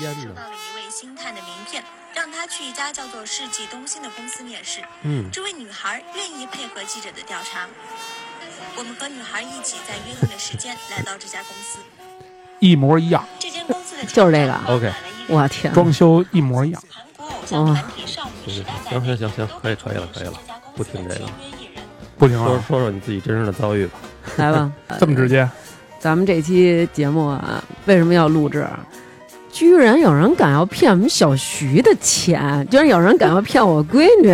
烟市呢？报了一位星探的名片，让他去一家叫做世纪东兴的公司面试。嗯，这位女孩愿意配合记者的调查。我们和女孩一起在约定的时间来到这家公司。一模一样，这间公司的就是这个啊 OK 我天，装修一模一样。韩国偶像团体少女时代在内行行行行都可以被可以了称可以为了是家公不司听的这个签约艺人不啊行说了，说说你自己真实的遭遇吧。 来吧，呃 这么直接，咱们这期节目啊，为什么要录制？居然有人敢要骗我们小徐的钱，居然有人敢要骗我闺女，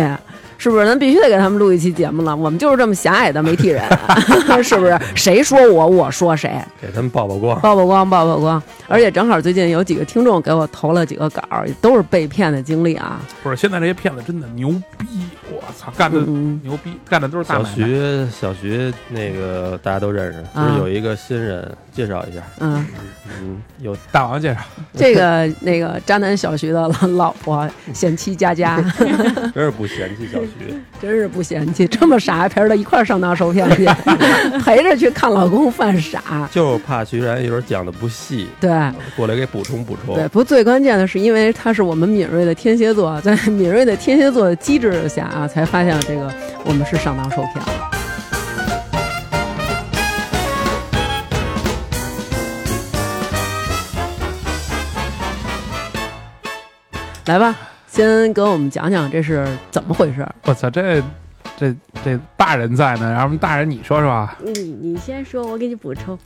是不是？咱必须得给他们录一期节目了。我们就是这么狭隘的媒体人， 是不是？谁说我，我说谁，给他们曝曝光。曝曝光，曝曝光。而且正好最近有几个听众给我投了几个稿，也都是被骗的经历啊。不是现在这些骗子真的牛逼，我操，干的嗯，牛逼，干的都是大小买卖。徐，小徐，那个大家都认识，就啊是有一个新人，介绍一下。嗯，嗯，有大王介绍，这个那个渣男小徐的老婆贤妻佳佳。真是不嫌弃小 徐，真是不嫌弃， 这么傻陪着一块儿上当受骗去， 陪着去看老公犯傻。就是怕徐然有时候讲的不细，对过来给补充补充。对，不，最关键的是，因为他是我们敏锐的天蝎座，在敏锐的天蝎座的机制下啊，才发现这个我们是上当受骗了。来吧，先给我们讲讲这是怎么回事儿。我操，这这这大人在呢，然后大人你说说啊，你嗯你先说，我给你补充。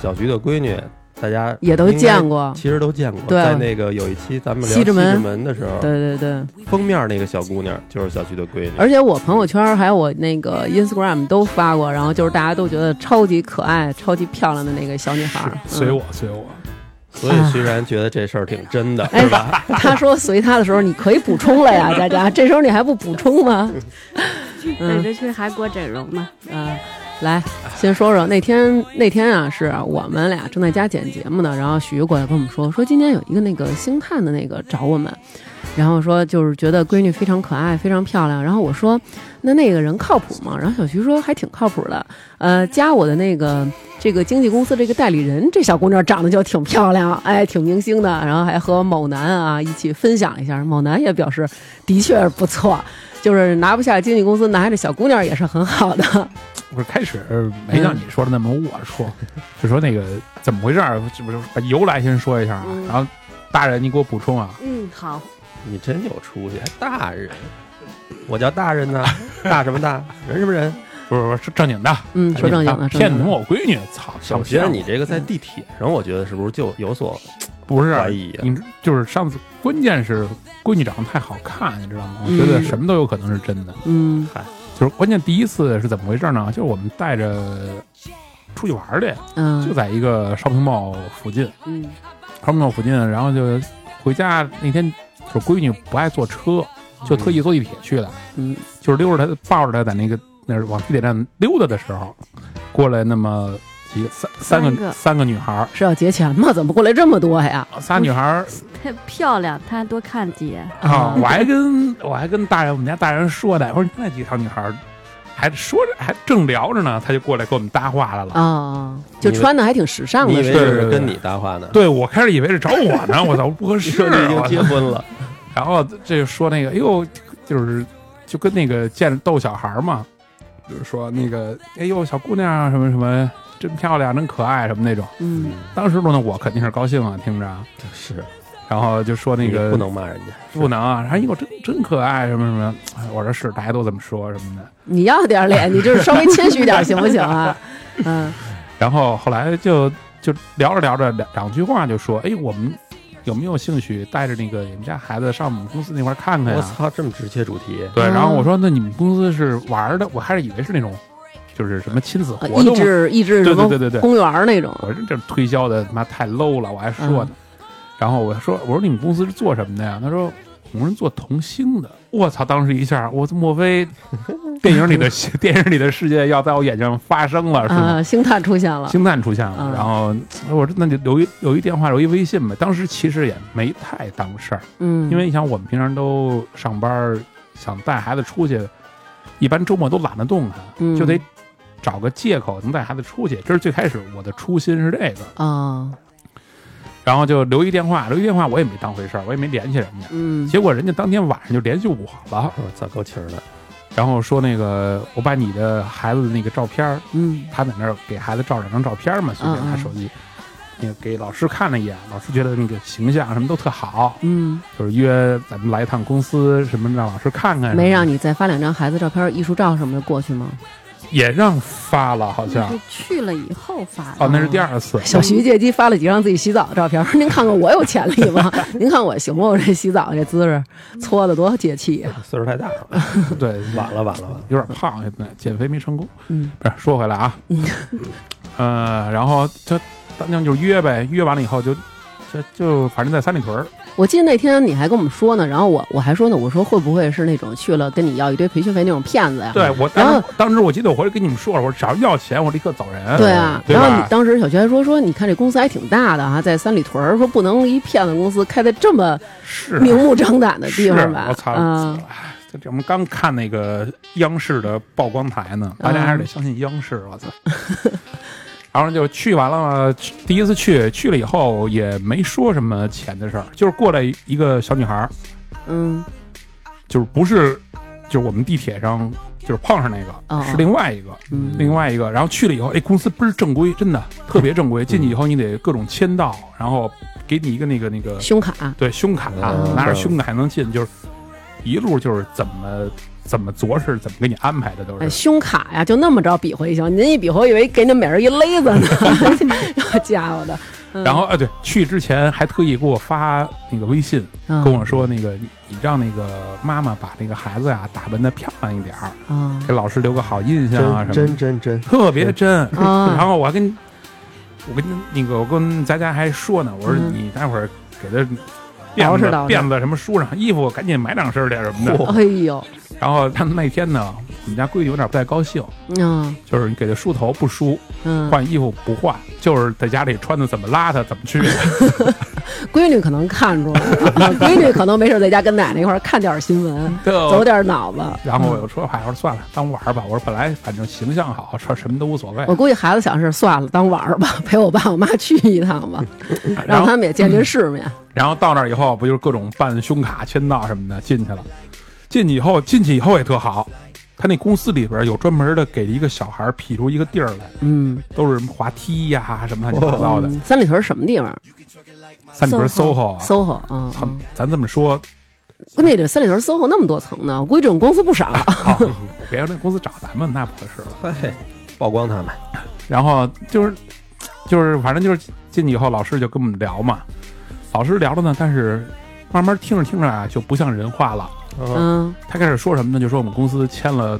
小徐的闺女，大家也都应该见过其实都见过。对在那个有一期咱们聊西直门西直门的时候，对对对。封面那个小姑娘就是小徐的闺女。而且我朋友圈还有我那个 Instagram 都发过，然后就是大家都觉得超级可爱、超级漂亮的那个小女孩儿。随嗯我随我，所以徐然觉得这事儿挺真的， 哎是吧？他说随他的时候，你可以补充了呀，佳佳，这时候你还不补充吗？嗯等着去韩国整容嘛。啊，来，先说说那天那天啊，是我们俩正在家剪节目呢，然后徐过来跟我们说，说今天有一个那个星探的那个找我们，然后说就是觉得闺女非常可爱，非常漂亮，然后我说那那个人靠谱吗？然后小徐说还挺靠谱的，呃，加我的那个这个经纪公司这个代理人，这小姑娘长得就挺漂亮，哎，挺明星的，然后还和某男啊一起分享一下，某男也表示的确不错。就是拿不下经纪公司，拿下这小姑娘也是很好的。不是开始没像你说的那么我 说，就说那个怎么回事儿，是不是把由来先说一下啊？嗯然后大人你给我补充啊，嗯，好，你真有出息，还大人，我叫大人呢， 大什么大？人什么人？不是不是是正经的，嗯，说正经的，骗哎正你经的。我闺女，操！首先，啊你这个在地铁上，我觉得是不是就有所不是怀疑啊？你就是上次，关键是闺女长得太好看，你知道吗？我嗯觉得什么都有可能是真的。嗯就是关键第一次是怎么回事呢？就是我们带着出去玩儿去，就嗯在一个 shopping mall 附近嗯，shopping mall 附近，然后就回家那天，就是闺女不爱坐车，就特意坐地铁去的，嗯就是溜着她抱着她在那个那儿往地铁站溜达的时候，过来那么几个三三三个个三个女孩儿，是要结钱吗？怎么过来这么多呀？仨女孩儿她 漂亮，她多看几眼。啊，嗯我还跟我还跟大人我们家大人说的，我说你那几个小女孩儿还说着还正聊着呢，他就过来跟我们搭话来了。啊，就你以为穿的还挺时尚你以的，为是对吧对对是跟你搭话呢？对，我开始以为是找我呢，我操，不合你适说你已啊。经我结操婚了，然后这就说那个，哎呦，就是就跟那个见着逗小孩儿嘛，就是说那个，哎呦，小姑娘啊什么什么，真漂亮，真可爱什么那种。嗯，当时呢，我肯定是高兴啊，听着啊，是然后就说那个你不能骂人家，不能啊，然后哎呦，真真可爱什么什么，哎我说是，大家都这么说什么的。你要点脸，你就是稍微谦虚点 行不行啊？嗯然后后来就就聊着聊着两两句话就说，哎，我们有没有兴趣带着那个你们家孩子上我们公司那块儿看看我呀？操，这么直接主题，对，嗯然后我说那你们公司是玩儿的，我还是以为是那种就是什么亲子呃活益动，智益智对什对么对对对，公园儿那种，我说这推销的他妈太 low 了，我还说呢。嗯然后我说我说你们公司是做什么的呀？他说我们是做童星的。我操！当时一下，我莫非电影里的 电影里的世界要在我眼前发生了是吗？啊，星探出现了，星探出现了，嗯然后哎我说那就留一留一电话，留一微信吧。当时其实也没太当事儿，嗯，因为你想我们平常都上班儿，想带孩子出去，一般周末都懒得动嗯弹，就得找个借口能带孩子出去。这是最开始我的初心是这个。啊，然后就留一电话，留一电话我也没当回事儿，我也没联系人家。嗯结果人家当天晚上就联系我了，哎我操，够气儿的，然后说那个我把你的孩子的那个照片儿，嗯他在那儿给孩子照两张照片儿嘛，随便他手机，那个给老师看了一眼，老师觉得那个形象什么都特好，嗯，就是约咱们来一趟公司什么让老师看看什么的，没让你再发两张孩子照片、艺术照什么的过去吗？也让发了好像 那，是去了以后发的。哦，那是第二次，小徐借机发了几张自己洗澡的照片， 说：“您看看我有潜力吗？ 您看我行吗？我这洗澡这姿势搓的多解气啊呀、哎岁数太大了，对，晚了晚了晚 了，有点胖，现在减肥没成功。嗯，不是，说回来 啊，呃，然后就当天就约呗，约完了以后就就就反正在三里屯儿，我记得那天你还跟我们说呢，然后我我还说呢，我说会不会是那种去了跟你要一堆培训费那种骗子呀？对我然当后时当时我记得我回来跟你们说了，我说只要要钱我立刻走人。对啊，对然后吧你当时小徐还说说，你看这公司还挺大的啊，在三里屯儿，说不能一骗子公司开在这么是明目张胆的地方吧是？我操哎啊，这这我们刚看那个央视的曝光台呢，大家还是嗯得相信央视。我操！ 然后就去完了，去第一次去去了以后也没说什么钱的事儿，就是过来一个小女孩儿，嗯，就是不是就是我们地铁上就是碰上那个，哦是另外一个，嗯另外一个。然后去了以后，哎，公司不是正规，真的特别正规。进去以后你得各种签到，然后给你一个那个那个胸卡，对胸卡，嗯拿着胸卡还能进，就是一路就是怎么怎么着是怎么给你安排的都哎，是。胸卡呀，就那么着比划一行，您一比划，我以为给你每人一勒子呢， 好家伙的，嗯然后啊，对，去之前还特意给我发那个微信，嗯跟我说那个你你让那个妈妈把那个孩子呀、打扮的漂亮一点儿，啊给老师留个好印象啊什么真的。真真真，特别真。啊然后我还跟我跟那个我跟咱家还说呢，我说嗯你待会儿给他捯辫饬子捯饬辫子什么梳上，衣服赶紧买两身儿去什么的。哎呦，然后他那天呢，我们家闺女有点不太高兴，嗯就是你给她梳头不梳，嗯，换衣服不换，就是在家里穿的怎么邋遢怎么 去。闺女可能看出来了，啊闺女可能没事在家跟奶奶一块儿看点儿新 闻，哦走点儿脑子。然后我又说，哎，我说算了，当玩儿吧。我说本来反正形象好，说什么都无所谓我。估计孩子想是算了，当玩儿吧， 陪我爸我妈去一趟吧，然让后嗯他们也见见世面。然后到那儿以后，不就是各种办胸卡、签到什么的进去了。进去以后，进去以后也特好，他那公司里边有专门的给一个小孩儿劈出一个地儿来，嗯，都是什么滑梯呀、什么乱七八糟的。嗯三里屯什么地啊方三里屯 SOHO 啊， ？SOHO 啊，咱嗯咱这么说，关键这三里屯 SOHO 那么多层呢，我估计这种公司 不少。好，别让那公司找咱们，那不合适了。嘿，曝光他们，然后就是就是反正就是进去以后，老师就跟我们聊嘛，老师聊了呢，但是嗯慢慢听着听着啊，就不像人话了。嗯嗯他开始说什么呢？就说我们公司签了，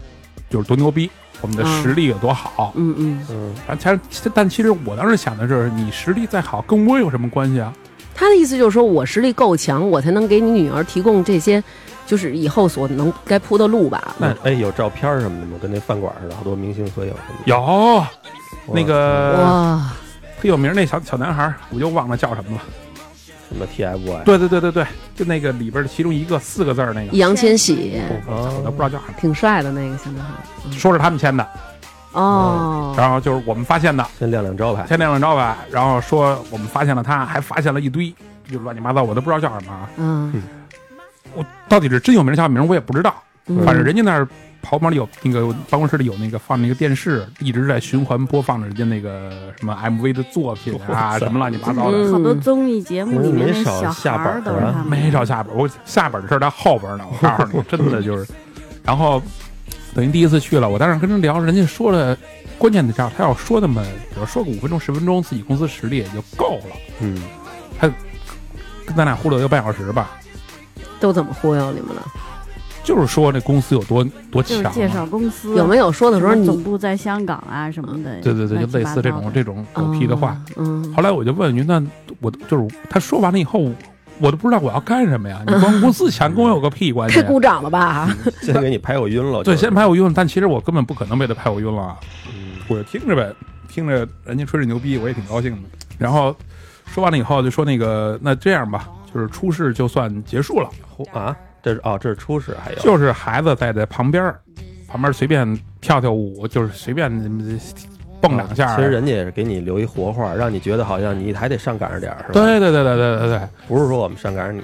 就是多牛逼，我们的嗯实力有多好。嗯嗯，嗯，然后他，但其实我当时想的是，你实力再好，跟我有什么关系啊？他的意思就是说我实力够强，我才能给你女儿提供这些，就是以后所能该铺的路吧。那哎有照片儿什么的吗？跟那饭馆似的，好多明星合影什么的。有那个哇，特啊有名那小小男孩儿，我就忘了叫什么了。什么 TFBOY，对对对对对，就那个里边的其中一个四个字儿那个，易烊千玺哦我都不知道叫什么，挺帅的那个小男孩。说是他们签的，嗯哦，然后就是我们发现的，先亮亮招牌，签两张招牌，然后说我们发现了他，还发现了一堆就乱七八糟，我都不知道叫什么啊。嗯，我到底是真有名儿叫名儿我也不知道，嗯反正人家那儿跑马里有那个办公室里有那个放那个电视，一直在循环播放着人家那个什么 MV 的作品啊，哇塞什么乱七八糟嗯的，好多综艺节目里面没的少小孩下本儿儿都是啊他们。没找下边儿，我下边儿的事儿在后边儿呢，我告诉你，真的就是，然后等于第一次去了，我当时跟人聊，人家说了。关键的是，他要说那么，比如说个五分钟、十分钟，自己公司实力也就够了。嗯，跟咱俩互聊一个半小时吧，都怎么忽悠你们了？就是说这公司有多多就强是啊，介绍公司有没有说的时候什嗯么你嗯总部在香港啊什么的？对对对，就类似这种乱七八糟的哦这种狗屁的话。？嗯，后来我就问云，那我就是他说完了以后，我都不知道我要干什么 呀？你光公司强跟我有个屁关系啊太？鼓掌了吧？嗯嗯先给你拍我晕了， 就对，是先拍我晕了，但其实我根本不可能被他拍我晕了啊，嗯我就听着呗，听着人家吹着牛逼，我也挺高兴的。然后说完了以后，就说那个，那这样吧，就是出事就算结束了，嚯啊，这是哦，这是初始还有，就是孩子在在旁边儿，旁边儿随便跳跳舞，就是随便嗯蹦两下儿。啊啊其实人家也是给你留一活话，让你觉得好像你还得上赶着点儿，是吧？，对对对对对对对，不是说我们上赶着你，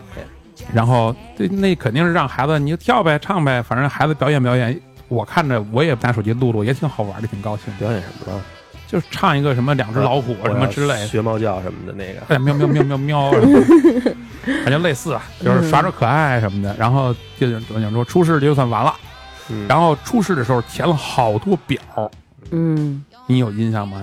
然后这那肯定是让孩子你就跳呗，唱呗，反正孩子表演表演，我看着我也拿手机录录，也挺好玩的，挺高兴的。表演什么了？就是唱一个什么两只老虎我什么要之类的，学猫叫什么的那个。哎，喵喵喵喵喵，什么的反正类似啊，就是耍耍可爱什么的。然后就是我想说出事就算完了，嗯，然后出事的时候填了好多表，嗯，你有印象吗？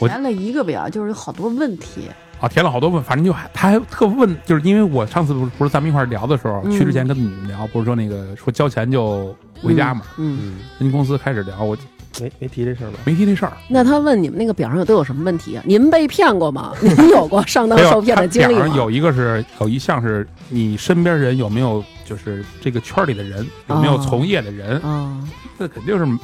我填了一个表，就是有好多问题。啊，填了好多问，反正就还他还特问，就是因为我上次不是不是咱们一块儿聊的时候，嗯去之前跟你们聊，不是说那个说交钱就回家嘛，嗯，嗯，跟公司开始聊，我没没提这事儿吧？没提这事儿。那他问你们那个表上有都有什么问题啊？您被骗过 吗？您有过上当没有，受骗的经历他表吗？上有一个是有一项是你身边人有没有就是这个圈里的人有没有哦从业的人，啊那肯定是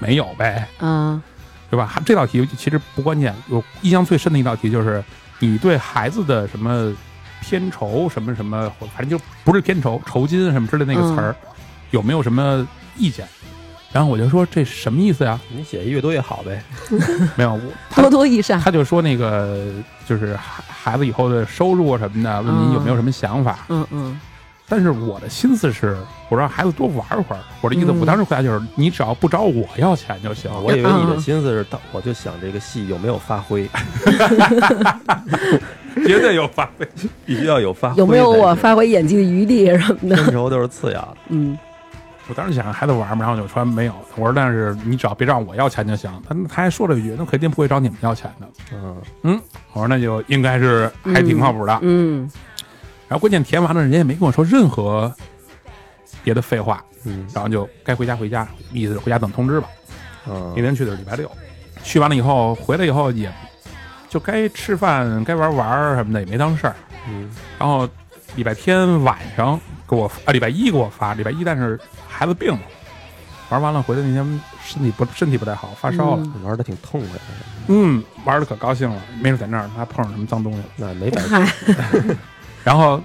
没有呗，啊对吧？还这道题其实不关键，我印象最深的一道题就是你对孩子的什么片酬什么什么，反正就不是片酬酬金什么之类的那个嗯词儿，有没有什么意见？然后我就说这什么意思呀？你写越多越好呗。没有，我 他多多益善。他就说那个就是孩孩子以后的收入啊什么的，问你有没有什么想法？嗯嗯但是我的心思是，我让孩子多玩会儿。我的意思，嗯我当时回答就是，你只要不找我要钱就行。我以为嗯你的心思是，到我就想这个戏有没有发 挥，绝对有发挥。必须要有啊发挥才行。有没有我发挥演技的余地什么 的？片酬都是次要的。嗯我当时想让孩子玩嘛，然后我就说没有。我说但是你只要别让我要钱就行。他他还说了一句，那肯定不会找你们要钱的。嗯，我说那就应该是还挺靠谱的。嗯然后关键填完了，人家也没跟我说任何别的废话，嗯然后就该回家回家，意思是回家等通知吧。嗯那天去的是礼拜六，去完了以后回来以后也就该吃饭该玩玩儿什么的也没当事儿。嗯然后礼拜天晚上给我啊，礼拜一给我发，礼拜一但是孩子病了，玩完了回来那天身体不身体不太好，发烧了，玩的挺痛快的，嗯玩的可高兴了，没准在那儿他碰上什么脏东西了，那没白嗨，然后。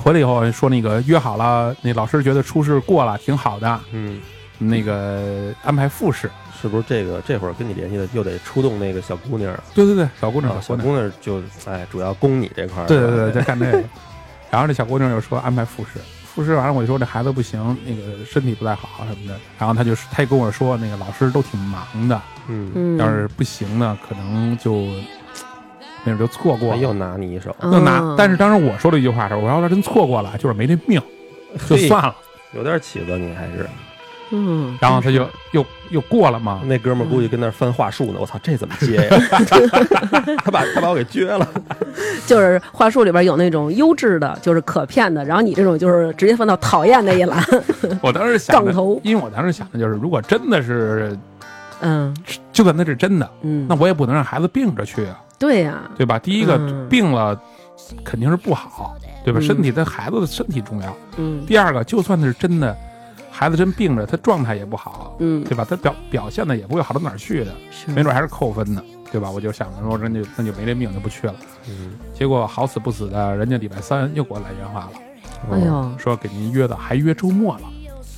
回来以后说那个约好了，那老师觉得初试过了挺好的，嗯。那个安排复试。是不是这个这会儿跟你联系的又得出动那个小姑娘？对对对，小姑娘，啊嗯小小姑娘，姑娘就哎，主要供你这块儿。对对对，在干这个。 然后这小姑娘又说安排复试，复试完了我就说这孩子不行，那个身体不太好什么的。然后她就她也跟我说，那个老师都挺忙的，嗯，嗯，要是不行呢，可能就那种就错过哎了。又拿你一手，又拿，嗯但是当时我说了一句话是，我要是真错过了，就是没这命，就嘿算了。有点起子你还是。嗯，然后他 就又又过了嘛，那哥们儿估计跟那儿翻话术呢，我操，这怎么接 呀？ 他把他把我给撅了。就是话术里边有那种优质的，就是可骗的，然后你这种就是直接放到讨厌那 一栏。我当时想的嗯杠头，因为我当时想的就是，如果真的是，嗯就算那是真的，嗯，那我也不能让孩子病着去啊。对呀，对吧？第一个嗯病了肯定是不好，对吧？嗯身体对孩子的身体重要。嗯第二个，就算是真的，孩子真病了，他状态也不好，嗯，对吧？他表表现的也不会好到哪儿去的，是没准还是扣分呢，对吧？我就想着说，那就那就没这命，就不去了。嗯，结果好死不死的，人家礼拜三又给我来电话了，哎呦。说给您约的，还约周末了。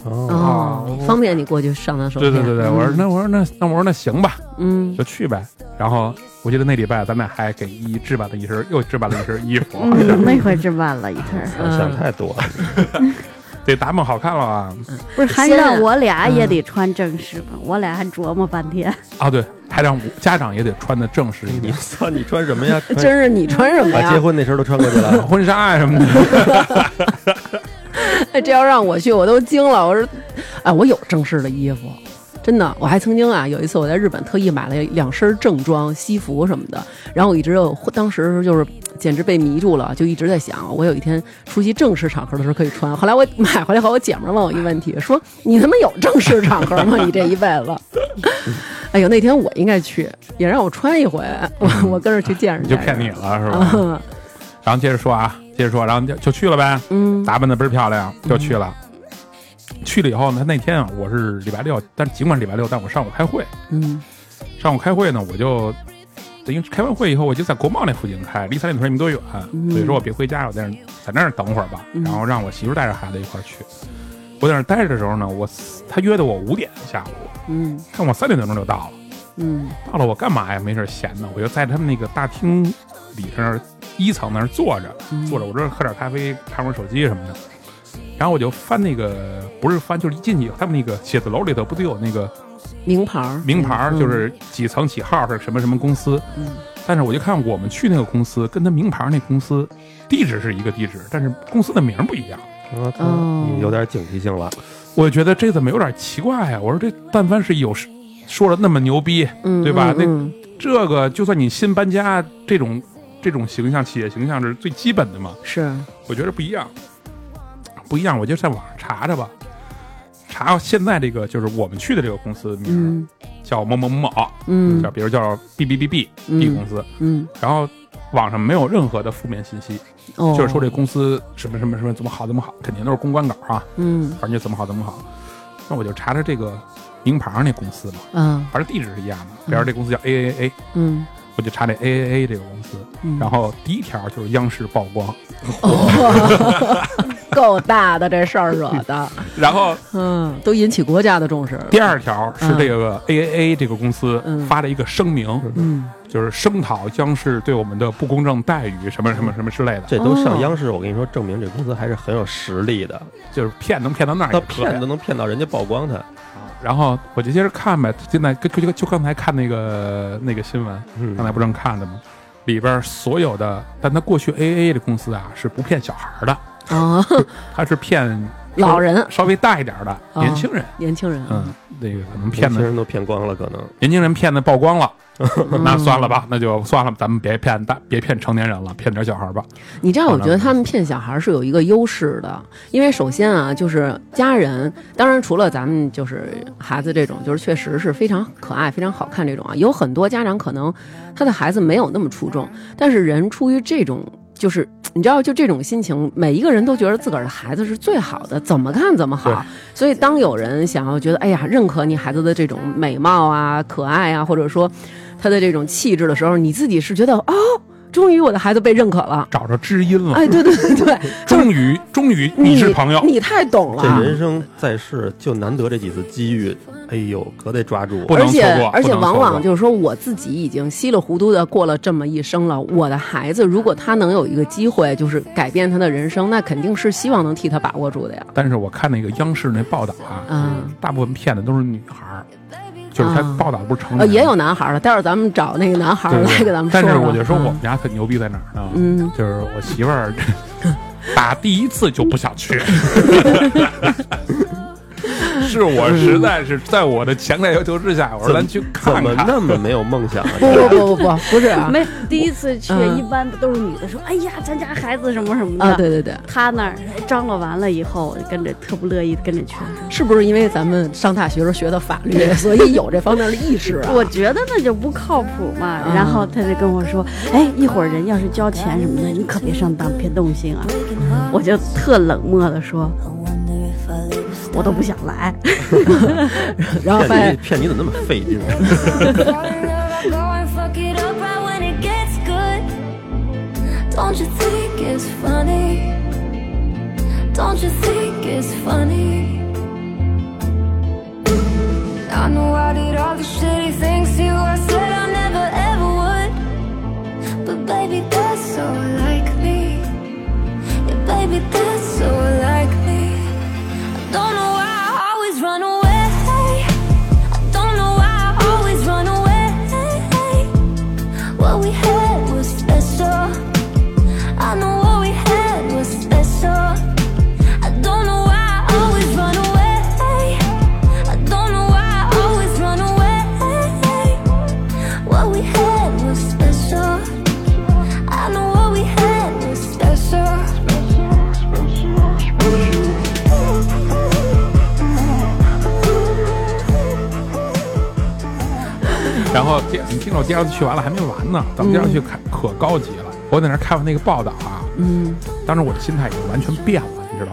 哦，哦，方便你过去上当受对骗。对对对，我说那我说那那我说那行吧，嗯，就去呗。然后我记得那礼拜咱俩还给依依置办了一身，又置办了一身衣服。嗯，那回置办了一阵 儿，嗯我想太多了。嗯这打扮好看了啊！不是还先让我俩也嗯得穿正式吗？我俩还琢磨半天。啊，对，还让我家长也得穿的正式一你点，操，你穿什么 呀？嗯真是你穿什么把结呀？婚那身都穿过去了。婚纱啊什么的。哎， 这要让我去，我都惊了。我说，哎，我有正式的衣服，真的。我还曾经啊，有一次我在日本特意买了两身正装、西服什么的，然后我一直有，当时就是简直被迷住了，就一直在想，我有一天出席正式场合的时候可以穿。后来我买回来后，我姐们儿问我一问题，说你他妈有正式场合吗？你这一辈子。 哎呦，那天我应该去，也让我穿一回，我我跟着去见人你嗯家。就骗你了是 吧？嗯然后接着说啊，接着说，然后就就去了呗，嗯打扮的倍儿漂亮，就去了。去了以后呢，那天啊，我是礼拜六，但尽管是礼拜六，但我上午开会，嗯上午开会呢，我就等于开完会以后，我就在国贸那附近开，离三里屯也没多远，嗯所以说我别回家，我在那儿在那儿等会儿吧，然后让我媳妇带着孩子一块儿去。我在那儿待着的时候呢，我他约的我五点下午，嗯看我三点多钟就到了。嗯到了我干嘛呀？没事儿闲的，我就在他们那个大厅里头那儿一层那儿坐着，嗯坐着，我这儿喝点咖啡，看会儿手机什么的。然后我就翻那个，不是翻，就是一进去，他们那个写字楼里头不都有那个名牌儿名牌儿，嗯就是几层几号是什么什么公司。嗯但是我就看我们去那个公司，跟他名牌儿那公司地址是一个地址，但是公司的名儿不一样。我操哦，你有点警惕性了。我觉得这怎么有点奇怪呀、啊我说这但凡是有说了那么牛逼，嗯，对吧嗯嗯这个就算你新搬家，这种这种形象、企业形象是最基本的嘛。是我觉得不一样，不一样。我就上网上查查吧，查现在这个就是我们去的这个公司名嗯儿叫某某某某，嗯叫比如叫 B B B B B 嗯公司，嗯，然后。网上没有任何的负面信息，哦，就是说这公司什么什么什么怎么好怎么好，肯定都是公关稿啊，嗯反正就怎么好怎么好。那我就查查这个名牌儿那公司嘛，啊反正地址是一样的。比如这公司叫 A A A，嗯我就查这 A A A 这个公司，嗯，然后第一条就是央视曝光， 够大的这事儿惹的，然后 嗯，都引起国家的重视，第二条是这个 A A A 这个公司嗯发了一个声明，嗯就是声讨央视对我们的不公正待遇，什么什么什么之类的，这都哦上央视，我跟你说，证明这公司还是很有实力的。就是骗能骗到那儿他也可以骗都能骗到人家曝光他，然后我就接着看呗，现在就就就刚才看那个那个新闻，嗯刚才不正看的吗？里边所有的，但他过去 A A 的公司啊是不骗小孩的，啊， 他是骗老人稍微大一点的哦年轻人，年轻人，啊嗯，那个可能年骗轻的人都骗光了，可能年轻人骗的曝光 了，嗯那算了吧，那就算了，咱们别骗大，别骗成年人了，骗点小孩吧。你这样，好我的觉得他们骗小孩儿是有一个优势的，因为首先啊，就是家人，当然除了咱们就是孩子这种，就是确实是非常可爱、非常好看这种啊，有很多家长可能他的孩子没有那么出众，但是人出于这种。啊就是你知道，就这种心情，每一个人都觉得自个儿的孩子是最好的，怎么看怎么好。所以，当有人想要觉得，哎呀，认可你孩子的这种美貌啊、可爱啊，或者说他的这种气质的时候，你自己是觉得，哦，终于我的孩子被认可了，找着知音了，哎，对对对对，就是终于，终于你是朋友，你太懂了啊这。人生在世就难得这几次机遇，哎呦，可得抓住。不而能且错过而且，不能错往过往就是说，我自己已经稀里糊涂的过了这么一生了。我的孩子，如果他能有一个机会，就是改变他的人生，那肯定是希望能替他把握住的呀。但是我看那个央视那报道啊，嗯大部分骗的都是女孩儿，就是他啊报道不是成呃，年人、啊也有男孩儿的，待会儿咱们找那个男孩儿对对来给咱们说但说。是我就说我嗯们家特牛逼在哪儿呢？嗯，就是我媳妇 儿打第一次就不想去。是我实在是在我的强烈要求之下，我说咱去看怎么看。那么没有梦想 啊？不不不不不，不是啊没 第一次去，嗯一般都是女的说：“哎呀，咱家孩子什么什么的。啊，对对对，他那儿哎张罗完了以后，跟着特不乐意，跟着去。是不是因为咱们上大学时候学的法律，所以有这方面的意识啊？我觉得那就不靠谱嘛。嗯然后他就跟我说：“哎，一会儿人要是交钱什么的，你可别上当，别动心啊。”我就特冷漠的说：“我都不想来。然后发骗你现骗你怎么那么费劲？ Don't you think it's funny? Don't you think it's funny? I know I did all the shitty things to you. I said I never ever would. But baby, that's so like me. Yeah, baby, that's so like me. I don't know why I always run away. I don't know why I always run away. What we had was special. I know what we had was special. I don't know why I always run away. I don't know why I always run away. What we had was special. I know what we had was special. 然后第你听着，我第二次去完了还没完呢，咱们第二次嗯去看可高级了。我在那儿看完那个报道啊， 嗯，当时我的心态已经完全变了，你知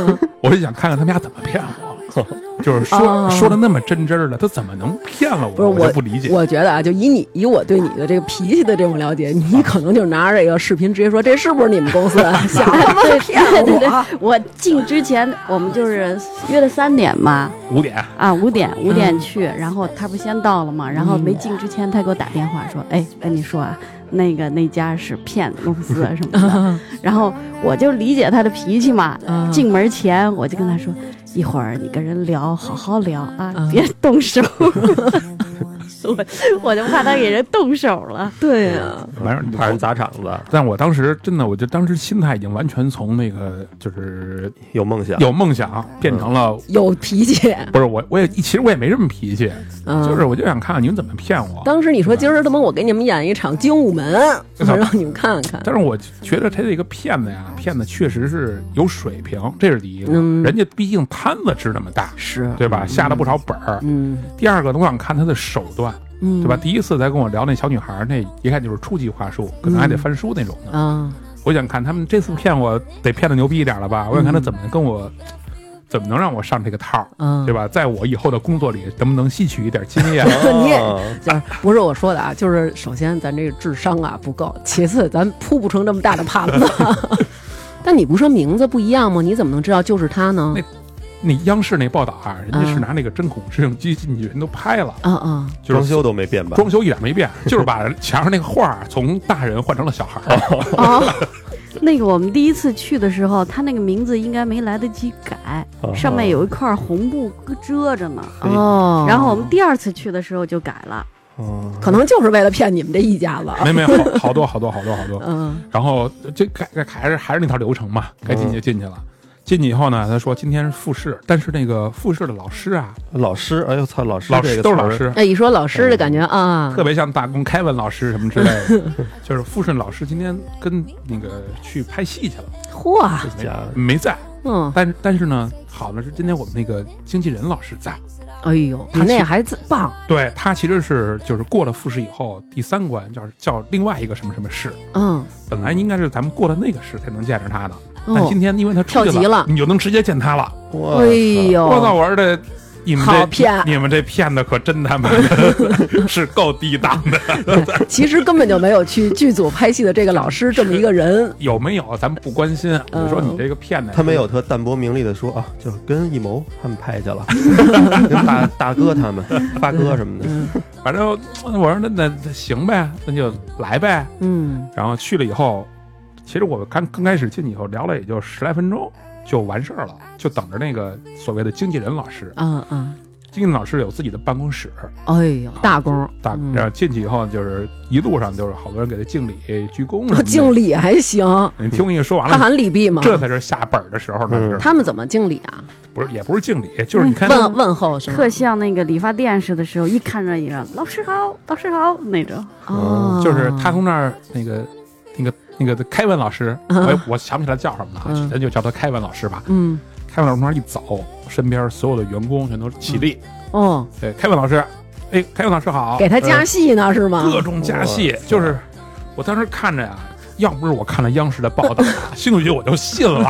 道吗？我就想看看他们家怎么骗我。 就是哦说说的那么真真儿的，他怎么能骗了不是我？啊我就不理解。我觉得啊，就以你以我对你的这个脾气的这种了解，你可能就是拿着这个视频直接说这是不是你们公司 啊？想他妈对 对对对，我进之前我们就是约了三点嘛，五点，啊五点嗯五点去，然后他不先到了嘛，然后没进之前他给我打电话说，哎，跟你说啊，那个那家是骗子公司啊什么 的，然后我就理解他的脾气嘛，嗯进门前我就跟他说，一会儿你跟人聊，好好聊啊，嗯别动手。我我就怕他给人动手了， 对啊呀，完事儿怕人砸场子，但我当时真的，我就当时心态已经完全从那个就是有梦想，有梦想变成了。有脾气。不是我，我也其实我也没什么脾气，嗯就是我就想看看你们怎么骗我。当时你说今儿他妈我给你们演一场精武门，我操让你们看看。但是我觉得他这个骗子嗯呀，骗子确实是有水平，这是第一个。人家毕竟摊子吃那么大，是，对吧？下了不少本儿。嗯第二个呢，我想看他的手段，嗯，对吧？？第一次咱跟我聊那小女孩儿，那一看就是初级话术，可能还得翻书那种的。啊，我想看他们这次骗我得骗的牛逼一点了嗯吧？我想看他怎么跟我，怎么能让我上这个套儿，嗯对吧？在我以后的工作里，能不能吸取一点经 验？你也哦就是不是我说的啊，就是首先咱这个智商啊不够，其次咱铺不成这么大的盘子。 但你不说名字不一样吗？你怎么能知道就是他呢？那那央视那报道啊，人家是嗯拿那个针孔摄像机进去，人都拍了，啊啊，就是装修都没变吧？装修一点没 变，就是把墙上那个画儿从大人换成了小孩儿。哦，那个我们第一次去的时候，他那个名字应该没来得及改，啊哦上面有一块红布遮着呢。哦，然后我们第二次去的时候就改了，哦可能就是为了骗你们这一家子。没没好好多好多好多好多。嗯然后这该该还是还是那套流程嘛，嗯该进去就进去了。进去以后呢，他说今天是复试，但是那个复试的老师啊，老师，哎呦操，老师老这师个都是词儿老，师，哎，一说老师的感觉啊，特别像大工凯文老师什么之类的， 就是复顺老师今天跟那个去拍戏去了，嚯，假的没没在。嗯，但是但是呢，好的是今天我们那个经纪人老师在，哎呦，他比那去还自棒对他其实是就是过了复试以后第三关叫叫另外一个什么什么试，嗯。本来应该是咱们过了那个试才能见着他的，但哦今天因为他出跳去级了你就能直接见他了。我哎操呦，我操，玩的。你们好这骗你们这骗的可真他妈的是够低档 的。其实根本就没有去剧组拍戏的这个老师这么一 个人，有没有咱们不关心，啊嗯我说你这个骗的，他没有特淡泊名利的说啊，就是跟一谋他们拍去了， 跟大大哥他们发哥什么的，反正我说那那那行呗，那就来呗。嗯，然后去了以后，其实我刚刚开始进去以后聊了也就十来分钟就完事儿了，就等着那个所谓的经纪人老师。啊啊，经纪人老师有自己的办公室，哎呦，大功，大嗯然后进去以后就是一路上就是好多人给他敬礼、鞠躬什么我的。哦敬，礼还行，你听我跟你说完他了，喊礼毕吗？这才是下本儿的时候呢。嗯是他们怎么敬礼啊？不是也不是敬礼，就是你看问问候是吗？特像那个理发店似的时候，一看着一个老师好，老师好那种。哦，就是他从那儿那个那个那个凯文老师，我也我想不起来叫什么了啊嗯，咱就叫他凯文老师吧。嗯凯文老师从那儿一走，身边所有的员工全都起立。哦，对，凯文老师，哎，凯文老师好，呃给他加戏呢是吗？各种加戏，就是我当时看着呀。要不是我看了央视的报道啊，兴许我就信了，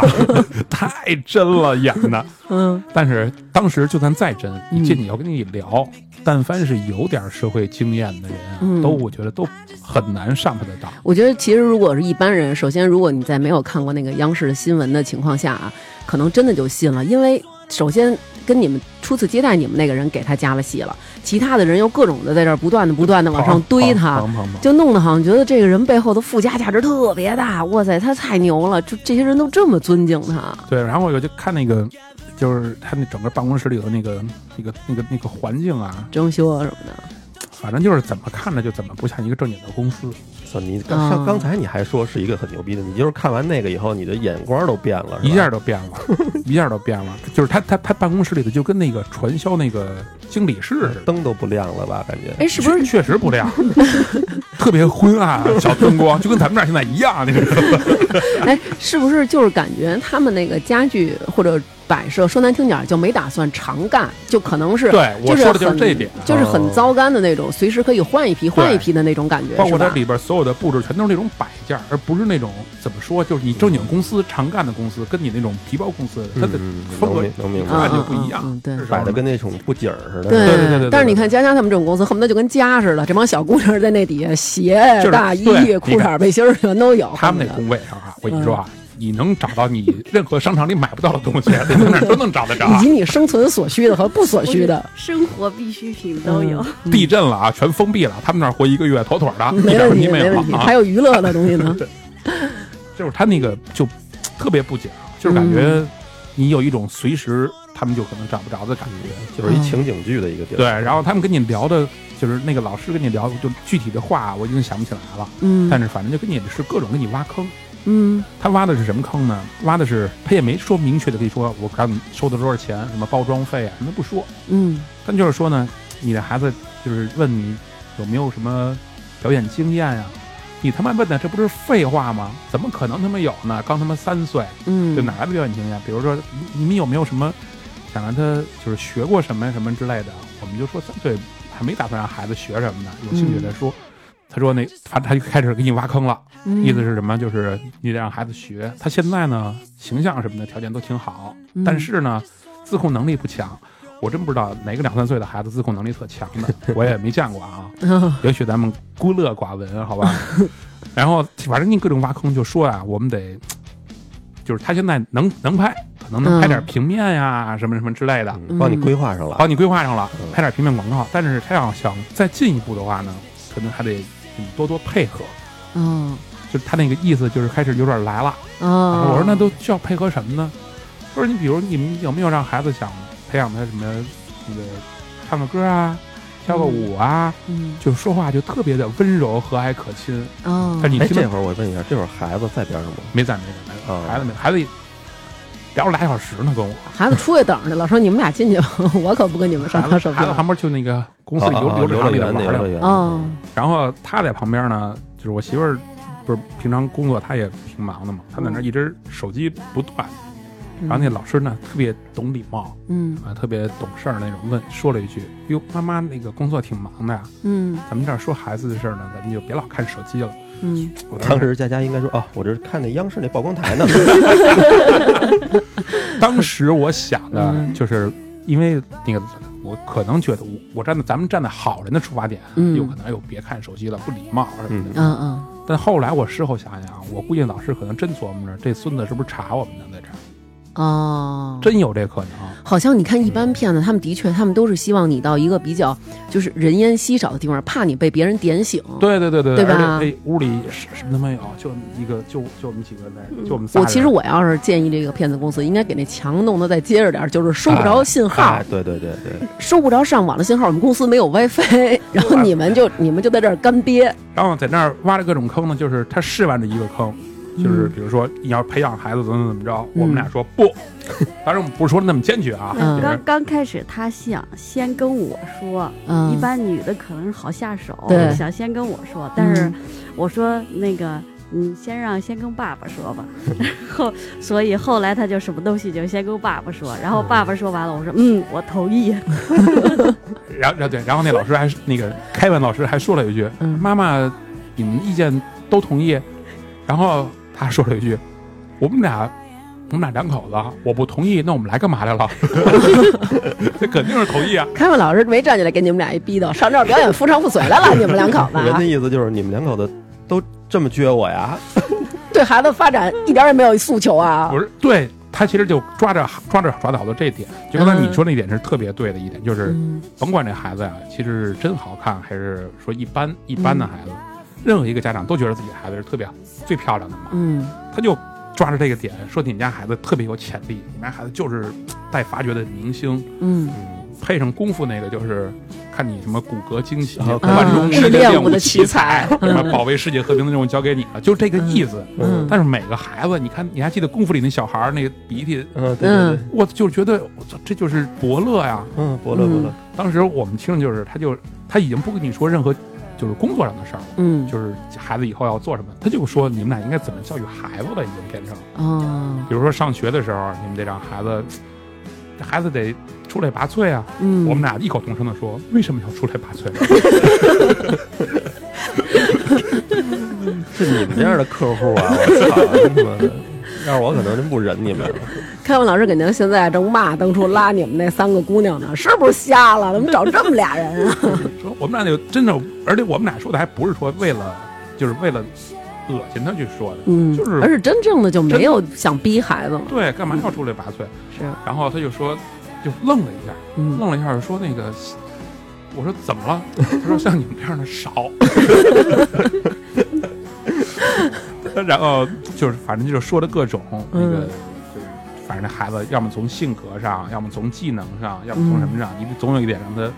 太真了演的。嗯但是当时就算再真，嗯一进去以后跟你一聊，但凡是有点社会经验的人啊，嗯都我觉得都很难上他的当。我觉得其实如果是一般人，首先如果你在没有看过那个央视的新闻的情况下啊，可能真的就信了，因为首先跟你们初次接待你们那个人给他加了戏了，其他的人又各种的在这儿不断的不断的往上堆他，捧捧捧就弄得好像觉得这个人背后的附加价值特别大，哇塞，他太牛了，就这些人都这么尊敬他，对，然后我就看那个，就是他那整个办公室里头那个那个那个那个环境啊，装修啊什么的，反正就是怎么看着就怎么不像一个正经的公司。操你刚嗯上刚才你还说是一个很牛逼的，你就是看完那个以后，你的眼光都变了，是吧一下就变了， 一下就变了。就是他他他办公室里头就跟那个传销那个经理室似的，灯都不亮了吧？感觉哎，是不是确确实不亮， 特别昏暗，啊小灯光就跟咱们这 儿现在一样，那个哎，是不是就是感觉他们那个家具或者摆设，说难听点儿就没打算常干，就可能是对我就是说的就是很这一点就是哦很糟糕的那种，随时可以换一批换一对批的那种感觉，包是括它吧？里边所有的布置全都是那种摆件儿，而不是那种怎么说，就是你正经公司常干的公司，跟你那种皮包公司，它的嗯嗯嗯风能格明能明白完全不一样嗯嗯嗯，对是吧摆的跟那种布景儿似的。对对对对但是你对看佳佳他们这种公司，恨不得就跟家似的，这帮小姑娘在那底下鞋、就是大衣对你、看裤衩、背心儿全都有。他们那恨不工得位上啊，嗯我跟你说啊，你能找到你任何商场里买不到的东西， 你在哪儿都能找得着啊以。及你生存所需的和不所需的，生活必需品都有。地震了啊，全封闭了，他们那儿活一个月，妥妥的，一嗯没点问问题，没没有问题。啊，还。有娱乐的东西呢对就是他那个就特别不讲，就是感觉你有一种随时他们就可能找不着的感觉。就是嗯一情景剧的一个地儿。对，然后他们跟你聊的，就是那个老师跟你聊，就具体的话我已经想不起来了，嗯但是反正就跟你是各种给你挖坑。嗯他挖的是什么坑呢？挖的是他也没说明确的跟你说我让你收的多少钱，什么包装费啊，什么不说，嗯但就是说呢，你的孩子就是问你有没有什么表演经验呀、你他妈问的这不是废话吗？怎么可能他妈有呢？刚他妈三岁，嗯，就哪来的表演经验？比如说，你你们有没有什么想让他就是学过什么什么之类的？我们就说三岁还没打算让孩子学什么呢，有兴趣再说。他说那他他就开始给你挖坑了，嗯意思是什么？就是你得让孩子学。他现在呢，形象什么的条件都挺好，嗯但是呢，自控能力不强。我真不知道哪个两三岁的孩子自控能力特强的，我也没见过啊。也许咱们孤陋寡闻，好 吧？然后反正你各种挖坑就说啊，我们得，就是他现在能能拍，可能能拍嗯点平面呀、什么什么之类的，嗯帮你规划上了。帮你规划上了嗯，拍点平面广告。但是他要想再进一步的话呢，可能还得你多多配合。嗯就是他那个意思，就是开始有点来了。哦，嗯我说那都需要配合什么呢？他说你比如你们有没有让孩子想培养他什么那个唱个歌啊，跳个舞啊，嗯就说话就特别的温柔和蔼可亲。哦但是你哎，听这着会儿我问一下，这会儿孩子在边上吗？没在没在没啊在，孩子没孩子聊了俩小时呢， 跟我孩子出去等着去了，说你们俩进去吧， 我可不跟你们孩上子当受孩子骗。旁边去那个公司里游啊啊啊游乐场里游头园那玩游乐了，园哦，然后他在旁边呢，就是我媳妇儿。不是平常工作，她也挺忙的嘛，她嗯在那儿一直手机不断。然后那老师呢，特别懂礼貌，嗯啊，特别懂事儿那种，问说了一句：“哟，妈妈那个工作挺忙的呀，嗯咱们这儿说孩子的事儿呢，咱们就别老看手机了。嗯，”我当时佳佳应该说啊，我这看那央视那曝光台呢。 当时我想的 嗯就是，因为那个我可能觉得我我站在咱们站在好人的出发点，嗯有可能哎呦别看手机了，不礼貌什么的。嗯嗯 但后来我事后想想，我估计老师可能真琢磨着这孙子是不是查我们呢，在这儿 哦，真有这可能。好像你看一般骗子，他们的确，他们都是希望你到一个比较就是人烟稀少的地方，怕你被别人点醒。，对对对对对而且吧哎，屋里什什么都没有，就一个就就我们几个在，就我们仨嗯我人。其实我要是建议这个骗子公司，应该给那墙弄得再结实点儿，就是收不着信号，啊，对对对对，收不着上网的信号，我们公司没有 WiFi，然 后你们就你们就在这儿干憋。然后在那儿挖了各种坑呢，就是他试完这一个坑，嗯就是比如说你要培养孩子怎么怎么着，我们俩说不， 当然我们不是说得那么坚决啊，嗯就是刚刚开始，他想先跟我说，嗯，一般女的可能好下手对，想先跟我说，但是嗯我说那个。你先让先跟爸爸说吧，然后所以后来他就什么东西就先跟爸爸说，然后爸爸说完了，我说嗯，我同意。 然后然后对，然后那老师还是那个凯文老师还说了一句，嗯妈妈，你们意见都同意，然后他说了一句，我们俩。我们俩两口子，我不同意，那我们来干嘛来了？ 这肯定是同意啊！凯文老师没站起来给你们俩一逼的，上这儿表演 夫唱妇随来了，你们两口子人啊家意思就是你们两口子都这么撅我呀？对孩子发展一点儿也没有诉求啊不。是，对他其实就抓着抓着抓到的这一点，就刚才你说那一点是特别对的一点，就是嗯甭管这孩子呀、啊其实是真好看还是说一般一般的嗯孩子，任何一个家长都觉得自己孩子是特别最漂亮的嘛，嗯他就抓着这个点说你们家孩子特别有潜力，你们家孩子就是嘖待发掘的明星，嗯，配上功夫那个就是看你什么骨骼惊奇，啊万众嗯是练练武的奇奇才， 什么保卫世界和平的任务交给你了，就这个意思。嗯但是每个孩子，你看你还记得功夫里那小孩儿那个鼻涕，嗯，对对对，我就觉得我操，这就是伯乐呀、嗯，伯乐伯乐，当时我们听着就是，他就他已经不跟你说任何就是工作上的事儿了，嗯，就是孩子以后要做什么，他就说你们俩应该怎么教育孩子了，已经变成，哦，比如说上学的时候，你们得让孩子这孩子得出类拔萃啊。嗯，我们俩异口同声的说，为什么要出类拔萃？是你们这样的客户 啊！我操，他妈的，要是我可能真不忍你们了。凯文老师肯定现在正骂当初拉你们那三个姑娘呢，是不是瞎了？怎么找这么俩人啊？ 说我们俩有真的，而且我们俩说的还不是说为了，就是为了恶心他去说的，嗯，就是而是真正的就没有想逼孩子嘛，对，干嘛要出类拔萃？嗯是，然后他就说，就愣了一下，嗯愣了一下，说那个，我说怎么了？他说像你们这样的少。 然后就是反正就是说的各种那个，嗯就是反正那孩子要么从性格上，要么从技能上，要么从嗯什么上，你总有一点让他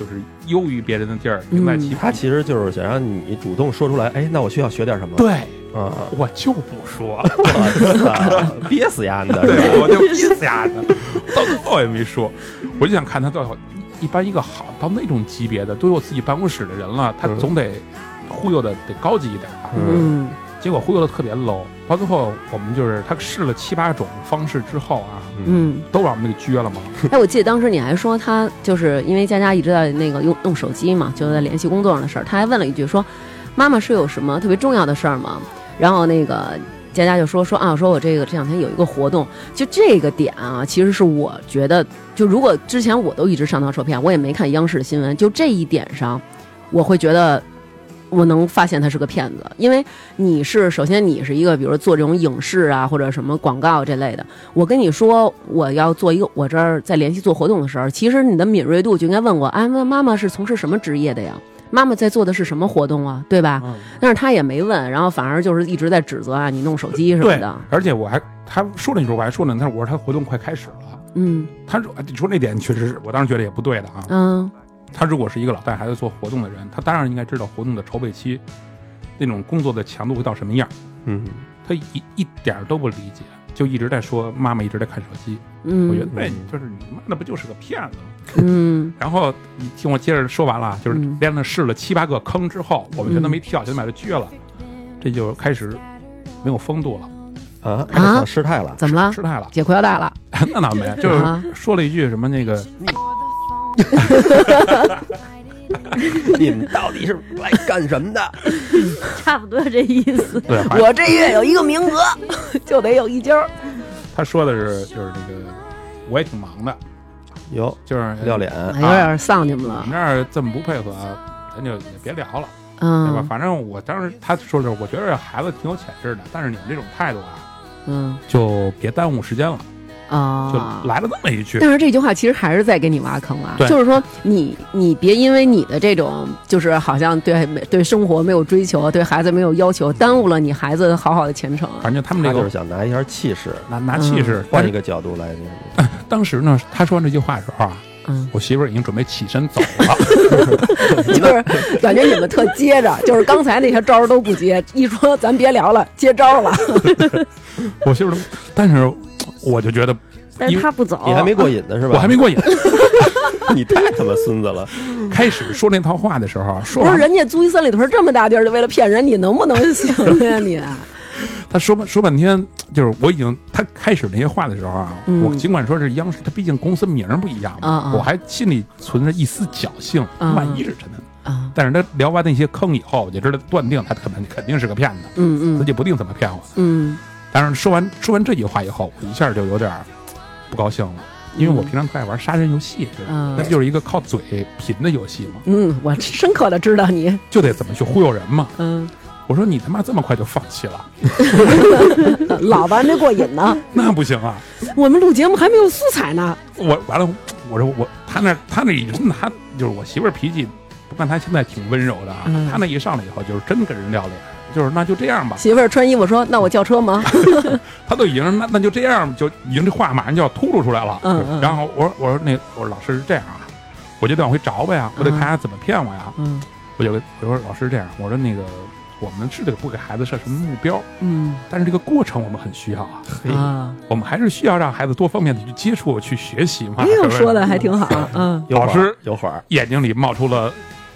就是优于别人的地儿，赢在嗯起跑他其实就是想让你主动说出来，哎，那我需要学点什么？对，啊，我就不说，我操憋死丫的，是 对，吧？我就憋死丫的，到最后也没说，我就想看他到底一般一个好到那种级别的，都有自己办公室的人了，他嗯总得忽悠的得高级一点吧。嗯结果忽悠的特别 low，到最后我们就是他试了七八种方式之后啊，嗯。都把我们给撅了嘛。哎，我记得当时你还说他就是因为佳佳一直在那个用用手机嘛，就在联系工作上的事儿，他还问了一句说：“妈妈是有什么特别重要的事儿吗？”然后那个佳佳就说：“说啊，说我这个这两天有一个活动，就这个点啊，其实是我觉得，就如果之前我都一直上当受骗，我也没看央视的新闻，就这一点上，我会觉得。”嗯我能发现他是个骗子，因为你是首先你是一个，比如说做这种影视啊或者什么广告这类的，我跟你说，我要做一个，我这儿在联系做活动的时候，其实你的敏锐度就应该问我，哎，那妈妈是从事什么职业的呀？妈妈在做的是什么活动啊？对吧？嗯但是他也没问，然后反而就是一直在指责啊，你弄手机什么对的。，而且我还他说了一句，我还说呢，他说我说他活动快开始了。嗯他说哎你说那点确实是我当时觉得也不对的啊。嗯他如果是一个老带孩子做活动的人，他当然应该知道活动的筹备期那种工作的强度会到什么样。嗯，他一一点儿都不理解，就一直在说妈妈一直在看手机。我觉得嗯哎那、就是你妈那不就是个骗子吗？嗯然后你听我接着说完了，啊就是嗯连着试了七八个坑之后，我们全都嗯没跳，全都把它撅了，这就开始没有风度了，啊，啊我操失态了，怎么了？失态了。 姐裤腰带了？那倒啊没，就是说了一句什么那 个，你们到底是来干什么的？差不多这意思。对，好像我这月有一个名额，就得有一家儿。他说的是就是那个，我也挺忙的，哟，就是不要脸，哎有点丧你们我了们。这儿这么不配合，咱就也别聊了，对吧？嗯反正我当时他说的是，我觉得孩子挺有潜质的，但是你们这种态度啊，嗯就别耽误时间了，就啊。来了这么一句。但是这句话其实还是在给你挖坑啊，对就是说你你别因为你的这种就是好像对没对生活没有追求，对孩子没有要求，耽误了你孩子好好的前程啊。反正他们他这就是个哎想拿一下气势，拿拿气势，但换一是个角度来那个。当时呢，他说完这句话的时候啊，嗯，我媳妇儿已经准备起身走 了。 就是感觉你们特接着，就是刚才那些招儿都不接，一说咱别聊了，接招了。我媳妇儿都，但是我就觉得但是他不走，你还没过瘾呢是吧？我还没，过瘾。你太他妈孙子了！开始说那套话的时候，啊说不是完人家租一三里屯这么大地儿，就为了骗人，你能不能行呀你？他说半说半天，就是我已经他开始那些话的时候啊，嗯我尽管说是央视，他毕竟公司名儿不一样嘛，嗯嗯我还心里存着一丝侥幸，嗯万一是真的。啊，但是他聊完那些坑以后，我就知道断定他肯定肯定是个骗子，嗯自嗯己不定怎么骗我。嗯但是说完说完这句话以后，我一下就有点儿不高兴了，因为我嗯平常特爱玩杀人游戏，知道吗嗯那不就是一个靠嘴贫的游戏嘛，嗯，我深刻的知道你，就得怎么去忽悠人嘛。嗯，我说你他妈这么快就放弃了，老子还没过瘾呢，那不行啊！我们录节目还没有素材呢。我完了，我说我他那他那已经他就是我媳妇儿脾气，不看她现在挺温柔的啊，嗯她那一上来以后就是真跟人撂脸，就是那就这样吧，媳妇儿穿衣服说：“那我叫车吗她都已经那那就这样，就已经这话马上就要秃噜出来了。嗯嗯然后我说我说那我说老师是这样啊，我就得往回找呗啊，我得看他怎么骗我呀？”。嗯我就我说老师这样，我说那个我们是得不给孩子设什么目标，嗯但是这个过程我们很需要啊， 啊，我们还是需要让孩子多方面的去接触、去学习嘛。哎 是呦，不是说的还挺好。嗯，有会儿老师有会儿，眼睛里冒出了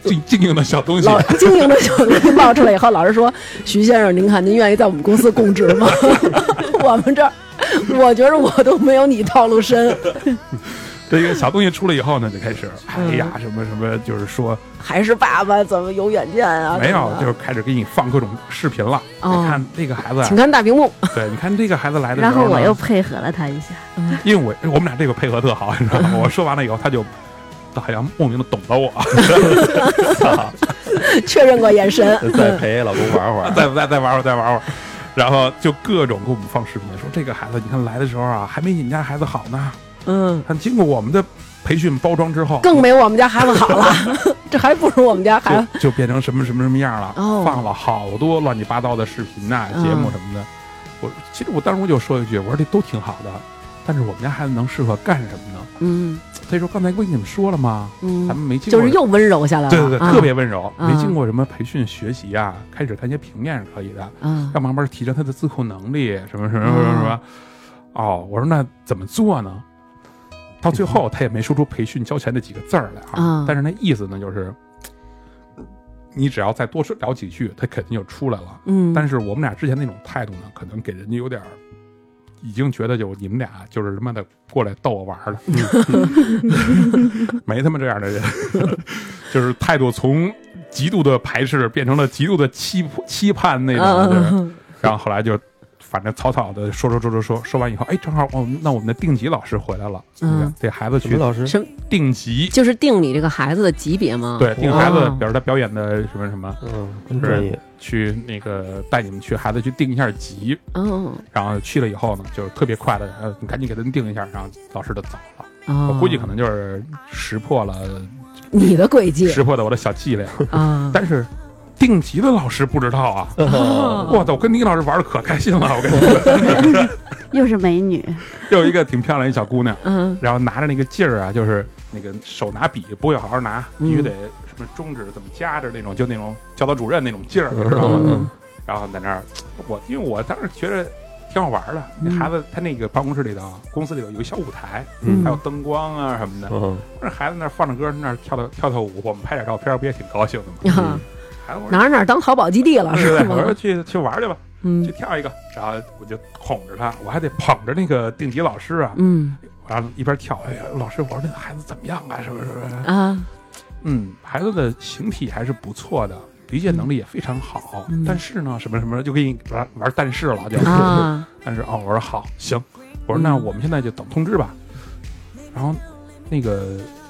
静 静静的小东西。老晶莹的小鱼冒 出来以后，老师说：“徐先生，您看，您愿意在我们公司供职吗？我们这儿我觉得我都没有你套路深，这个小东西出来以后呢，就开始嗯哎呀什么什么，就是说还是爸爸怎么有远见啊？没有，什就么是开始给你放各种视频了。你哦看这个孩子啊的，请看大屏幕。 对，你看这个孩子来的时然候后呢，我又配合了他一下，因为我我们俩这个配合特好， 你知道吗？我说完了以后，他就好像莫名的懂了我， 确认过眼神，再陪老公玩会儿。 再再再玩玩，再玩玩。然后就各种给我们放视频，说这个孩子，你看来的时候啊，还没你们家孩子好呢。嗯，但经过我们的培训包装之后，更没我们家孩子好了， 这还不如我们家孩子。就就变成什么什么什么样了，哦放了好多乱七八糟的视频呐、嗯节目什么的。我其实我当时我就说一句，我说这都挺好的，但是我们家孩子能适合干什么呢？嗯所以说刚才不跟你们说了吗？咱嗯，们没经过就是又温柔下来了，对对对，啊特别温柔，啊没经过什么培训学习啊，开始看一些平面是可以的，啊要慢慢提升他的自控能力，什么什么什么什么。哦，我说那怎么做呢？到最后他也没说出培训交钱这几个字儿来啊嗯啊，但是那意思呢就是，你只要再多说聊几句，他肯定就出来了。嗯，但是是我们俩之前那种态度呢，可能给人家有点儿。已经觉得就你们俩就是他妈的过来逗我玩 儿了，没他妈这样的人， 就是态度从极度的排斥变成了极度的期期盼那嗯种，就是然后后来就反正草草的说说说说说说完以后，哎，正好我们那我们的定级老师回来了，嗯你看这孩子什么去老师？什么定级，就是定你这个孩子的级别吗？对，定孩子哦，比如他表演的什么什么，嗯，真专业。去那个带你们去孩子去定一下级，嗯然后去了以后呢，就是特别快的，呃，你赶紧给他们定一下，然后老师就走了。啊，我估计可能就是识破了，你的轨迹识破了我的小伎俩。啊，但是定级的老师不知道啊，哦我操！我跟倪老师玩的可开心了，我跟你说， 又是美女，又一个挺漂亮一小姑娘，嗯然后拿着那个劲儿啊，就是那个手拿笔不会好好拿，嗯必须得什么中指怎么夹着那种，就那种教导主任那种劲儿，你知道吗？嗯然后在那儿，我因为我当时觉得挺好玩儿的，嗯那孩子他那个办公室里头啊，公司里头有一小舞台，嗯还有灯光啊什么的，嗯，那孩子那儿放着歌，那儿跳跳跳跳舞，我们拍点照片儿不也挺高兴的吗？啊孩子我哪说儿哪儿当淘宝基地了对是对对，我吗说？去去玩儿去吧，去嗯跳一个，然后我就哄着他，我还得捧着那个定级老师啊，嗯然后一边跳，哎呀，老师，我说那个孩子怎么样啊？什么什么？啊嗯，孩子的形体还是不错的，理解能力也非常好。嗯但是呢，什么什么就给你玩玩但是了，就。 啊但是哦，我说好，行，我说那嗯我们现在就等通知吧。然后那个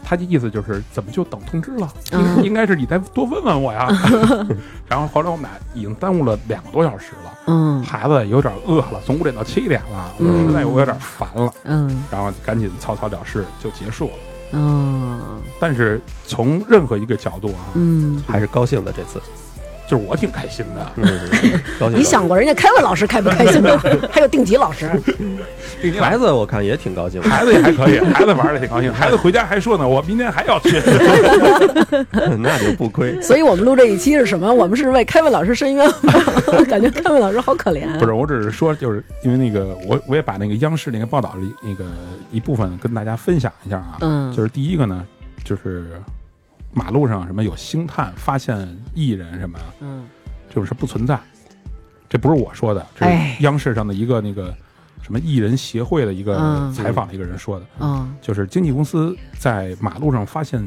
他的意思就是，怎么就等通知了？嗯应该是你再多问问我呀。 然后后来我们俩已经耽误了两个多小时了。嗯孩子有点饿了，从五点到七点了，我嗯实在我有点烦了，嗯然后赶紧草草了事就结束了。嗯但是从任何一个角度啊，嗯，还是高兴的这次。就是我挺开心的。嗯，高兴。你想过人家凯文老师开不开 心吗？还有定级老师，孩子，我看也挺高兴的。孩子也还 可以，孩子玩的挺高兴，孩子回家还说呢，我明天还要 去。那就不亏。所以我们录这一期是什么？我们是为凯文老师伸冤 吗？感觉凯文老师好可怜。不是，我只是说，就是因为那个，我我也把那个央视那个报道里那个一部分跟大家分享一下啊。嗯就是第一个呢，就是马路上什么有星探发现艺人什么，嗯就是不存在。这不是我说的，这哎是央视上的一个那个什么艺人协会的一个嗯采访的一个人说的。嗯就是经纪公司在马路上发现，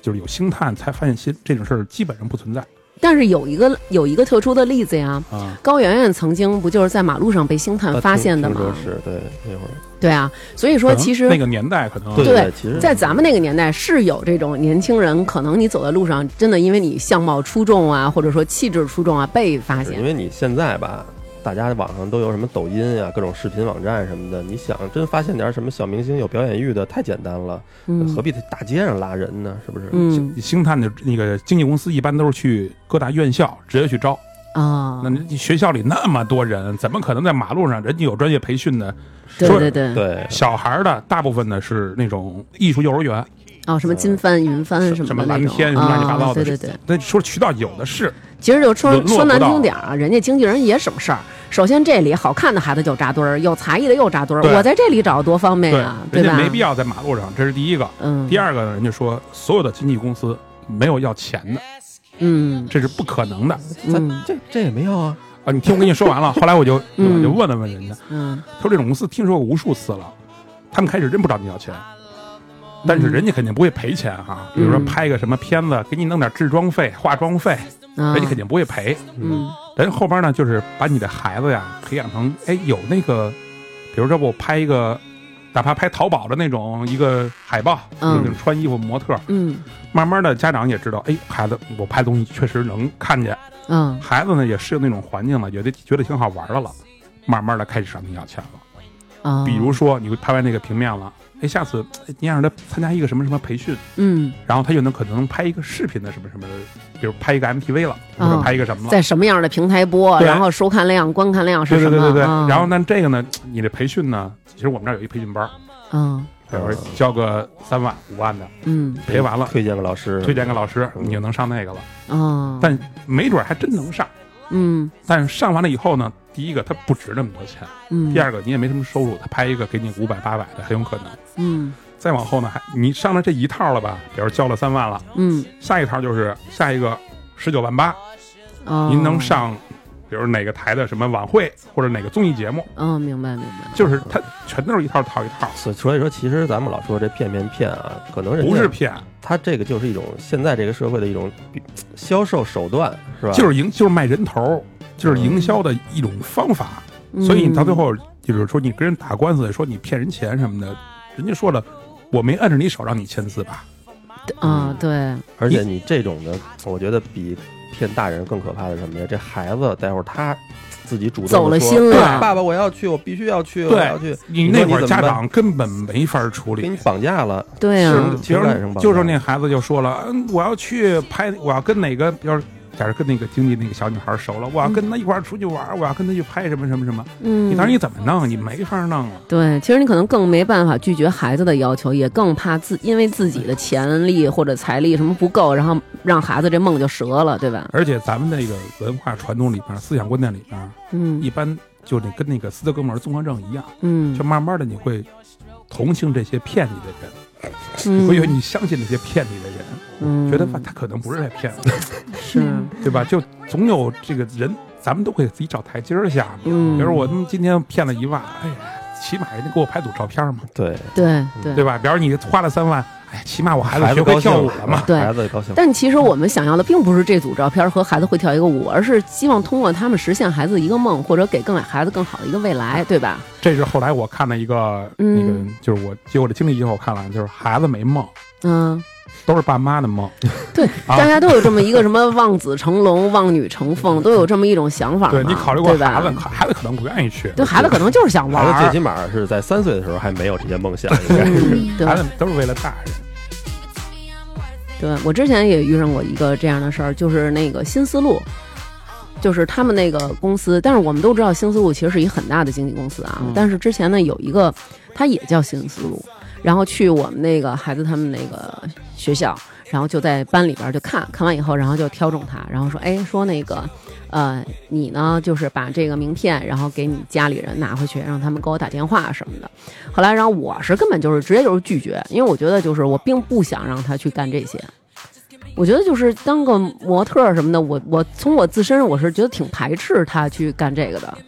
就是有星探才发现新这种事儿基本上不存在但是有一个有一个特殊的例子呀，啊。高圆圆曾经不就是在马路上被星探发现的啊听说吗？是对那会儿，对啊，所以说其可实能那个年代可能对对其实在咱们那个年代是有这种年轻人，可能你走在路上，真的因为你相貌出众啊，或者说气质出众啊，被发是因现。为你现在吧，大家网上都有什么抖音呀、各种视频网站什么的，你想真发现点什么小明星有表演欲的，太简单了，嗯何必在大街上拉人呢？是不是？嗯星探的那个经纪公司一般都是去各大院校直接去招，啊那，你学校里那么多人，怎么可能在马路上？人家有专业培训的，对说对对，对，小孩儿的大部分呢是那种艺术幼儿园，哦，什么金帆、云帆什么么的那蓝种天什么乱七八啊，糟的，对对对。那说渠道有的是，其实就说沦落说难不到听点儿啊，人家经纪人也省事儿。首先这里好看的孩子就扎堆儿，有才艺的又扎堆对儿，我在这里找多方便对呀，，对人家吧？没必要在马路上，这是第一个。嗯，第二个，人家说所有的经纪公司没有要钱的，嗯这是不可能的。咱嗯这这也没要啊，啊，你听我跟你说完了。后来我就 嗯我就问了问人家，嗯，他说这种公司听说过无数次了，他们开始真不找你要钱，但是人家肯定不会赔钱哈、比如说嗯拍个什么片子，给你弄点制装费、化妆费，啊人家肯定不会赔。嗯人后边呢，就是把你的孩子呀培养成，哎，有那个，比如说我拍一个，哪怕拍淘宝的那种一个海报，嗯就是穿衣服模特，嗯慢慢的家长也知道，哎，孩子我拍东西确实能看见，嗯孩子呢也适应那种环境了，也得觉得挺好玩的了，慢慢的开始上你要钱了。啊，比如说你拍完那个平面了，哎，下次哎你想让他参加一个什么什么培训，嗯，然后他就能可能拍一个视频的什么什么，比如拍一个 MTV 了，或哦者拍一个什么了。在什么样的平台播，对然后收看量、观看量是对什对么？对对对，啊然后呢，这个呢，你的培训呢，其实我们这儿有一培训班儿，嗯比如说交个三万、五万的，嗯培完了，推荐个老师，推荐个老师，嗯你就能上那个了。哦，但没准儿还真能上，嗯但是上完了以后呢，第一个它不值那么多钱，嗯，第二个你也没什么收入，他拍一个给你五百八百的很有可能。嗯再往后呢，还你上了这一套了吧？比如交了三万了，嗯下一套就是下一个十九万八，哦，您能上，比如哪个台的什么晚会或者哪个综艺节目，哦，明白明白，就是它全都是一套套一套，所所以说，其实咱们老说这骗骗骗啊，可能人家不是骗，他这个就是一种现在这个社会的一种比销售手段，是吧？就是营就是卖人头，就是营销的一种方法。嗯所以你到最后，就比如说你跟人打官司，说你骗人钱什么的，人家说了，我没摁着你手让你签字吧？啊，嗯对，而且你这种的，我觉得比骗大人更可怕的是什么呀？这孩子待会儿他自己主动地走了说心了爸爸，我要去，我必须要去，我要去对，，你说那会儿怎么家办长根本没法处给理你。绑架了，对啊是比情如感上绑架就是那孩子就说了，嗯，我要去拍，我要跟哪个，比如假如跟那个经济那个小女孩熟了，我要跟她一块儿出去玩，我要跟她去拍什么什么什么。嗯，你当时你怎么弄？你没法弄了。对，其实你可能更没办法拒绝孩子的要求，也更怕自因为自己的潜力或者财力什么不够，然后让孩子这梦就折了，对吧？而且咱们那个文化传统里边、思想观念里边，嗯一般就得跟那个斯德哥尔摩综合症一样，嗯就慢慢的你会同情这些骗你的人，嗯，会因为你相信那些骗你的人，嗯觉得吧他可能不是在骗我，是对吧？就总有这个人，咱们都会自己找台阶儿下嘛。嗯，比如我他妈今天骗了一万，哎呀，起码人家给我拍组照片嘛，对，对对对。吧？比如你花了三万，哎，起码我孩孩子子学高兴会跳舞了嘛。对孩子高兴，但其实我们想要的并不是这组照片和孩子会跳一个舞，而是希望通过他们实现孩子一个梦，或者给更孩子更好的一个未来，对吧？这是后来我看了一个那个，就是我结我的经历以后，我看了就是孩子没梦，嗯，都是爸妈的梦。对，啊大家都有这么一个什么望子成龙、望女成凤，都有这么一种想法嘛，对你考虑过对吧孩子，孩子可能不愿意去，对孩子可能就是想玩孩子最儿起，码是在三岁的时候还没有这些梦 想，应该是。嗯对孩子都是为了大人。对我之前也遇上过一个这样的事儿，就是那个新思路，就是他们那个公司，但是我们都知道新思路其实是一很大的经纪公司啊，但是之前呢有一个，它也叫新思路，然后去我们那个孩子他们那个学校，然后就在班里边儿就看看完以后，然后就挑中他，然后说，哎，说那个，呃，你呢就是把这个名片，然后给你家里人拿回去，让他们给我打电话什么的。后来，然后我是根本就是直接就是拒绝，因为我觉得就是我并不想让他去干这些。我觉得就是当个模特儿什么的，我我从我自身我是觉得挺排斥他去干这个的，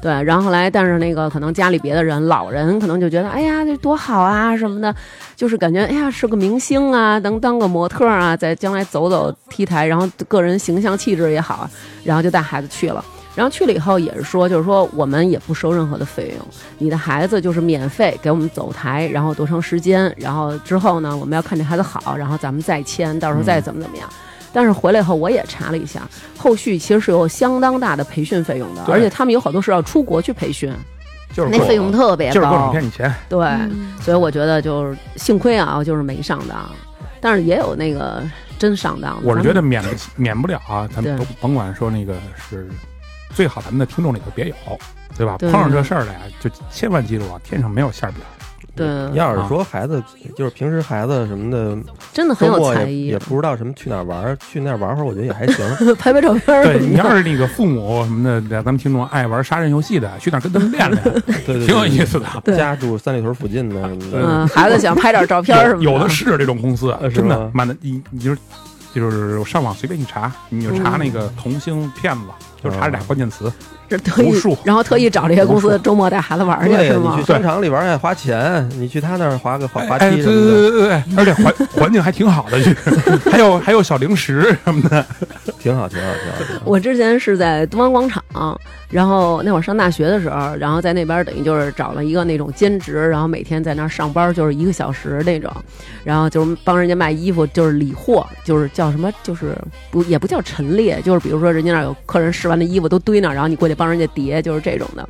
对。然后后来，但是那个可能家里别的人，老人可能就觉得，哎呀，这多好啊什么的，就是感觉哎呀是个明星啊，能当个模特儿啊，在将来走走 T 台，然后个人形象气质也好啊，然后就带孩子去了。然后去了以后也是说，就是说我们也不收任何的费用，你的孩子就是免费给我们走台，然后多长时间，然后之后呢，我们要看这孩子好，然后咱们再签，到时候再怎么怎么样。但是回来以后，我也查了一下，后续其实是有相当大的培训费用的，对而且他们有好多是要出国去培训，就是那各种费用特别啊高，就是各种骗你钱，对，所以我觉得就是幸亏啊，我就是没上当，但是也有那个真上当的。我是咱们觉得免不免不了啊，咱们嗯对甭甭管说那个是最好，咱们的听众里头别有，对吧？对碰上这事儿了呀，就千万记住啊，天上没有馅饼，对，要啊是说孩子，就是平时孩子什么的，真的很周有末才也艺 也，不知道什么去哪儿玩儿，去那儿玩会儿，我觉得也还 行。拍拍照片儿对什么你要的。是那个父母什么的，咱们听众爱玩杀人游戏的，去那儿跟他们练练， 对对，挺有意思。思啊的。对家住三里屯附近的什么的，嗯嗯，孩子想拍点照片儿什么有有的是这种公司呃，是真的吗，满的你你就是就是我上网随便一查，你就嗯查那个童星骗子，就查嗯这俩关键词。是 特意无数，然后特意找这些公司周末带孩子玩儿去对是呀，吗你去？商场里玩儿还花钱，你去他那儿滑个滑滑哎，梯对什对么的，对对对，而且环环境还挺好的，就是还有还有小零食什么的。挺好，挺好，挺好挺好。我之前是在东方广场，然后那会儿上大学的时候，然后在那边等于就是找了一个那种兼职，然后每天在那儿上班，就是一个小时那种，然后就是帮人家卖衣服，就是理货，就是叫什么，就是不也不叫陈列，就是比如说人家那儿有客人试完的衣服都堆那儿，然后你过去帮人家叠，就是这种的。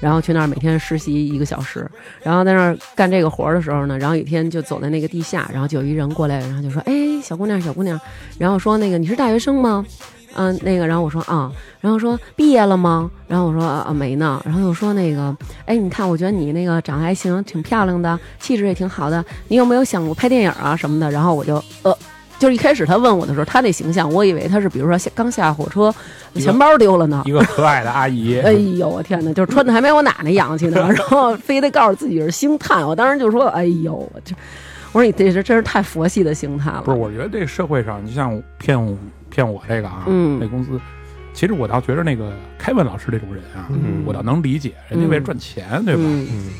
然后去那儿每天实习一个小时，然后在那儿干这个活儿的时候呢，然后有一天就走在那个地下，然后就有一人过来，然后就说：“哎，小姑娘，小姑娘。”然后说：“那个你是大学生吗？”嗯，那个，然后我说啊，然后说毕业了吗？然后我说啊没呢，然后又说那个，哎，你看，我觉得你那个长得还行，挺漂亮的，气质也挺好的，你有没有想过拍电影啊什么的？然后我就呃，就是一开始他问我的时候，他那形象，我以为他是比如说下刚下火车，一个钱包丢了呢，一个可爱的阿姨，哎呦，我天哪，就是穿的还没我奶奶 洋气呢，然后非得告诉自己是星探，我当时就说，哎呦，我这，我说你这是真是太佛系的星探了，不是，我觉得这社会上，你就像骗我骗我这个啊，嗯那公司，其实我倒觉得那个凯文老师这种人啊，嗯我倒能理解，人家为了赚钱，对吧？嗯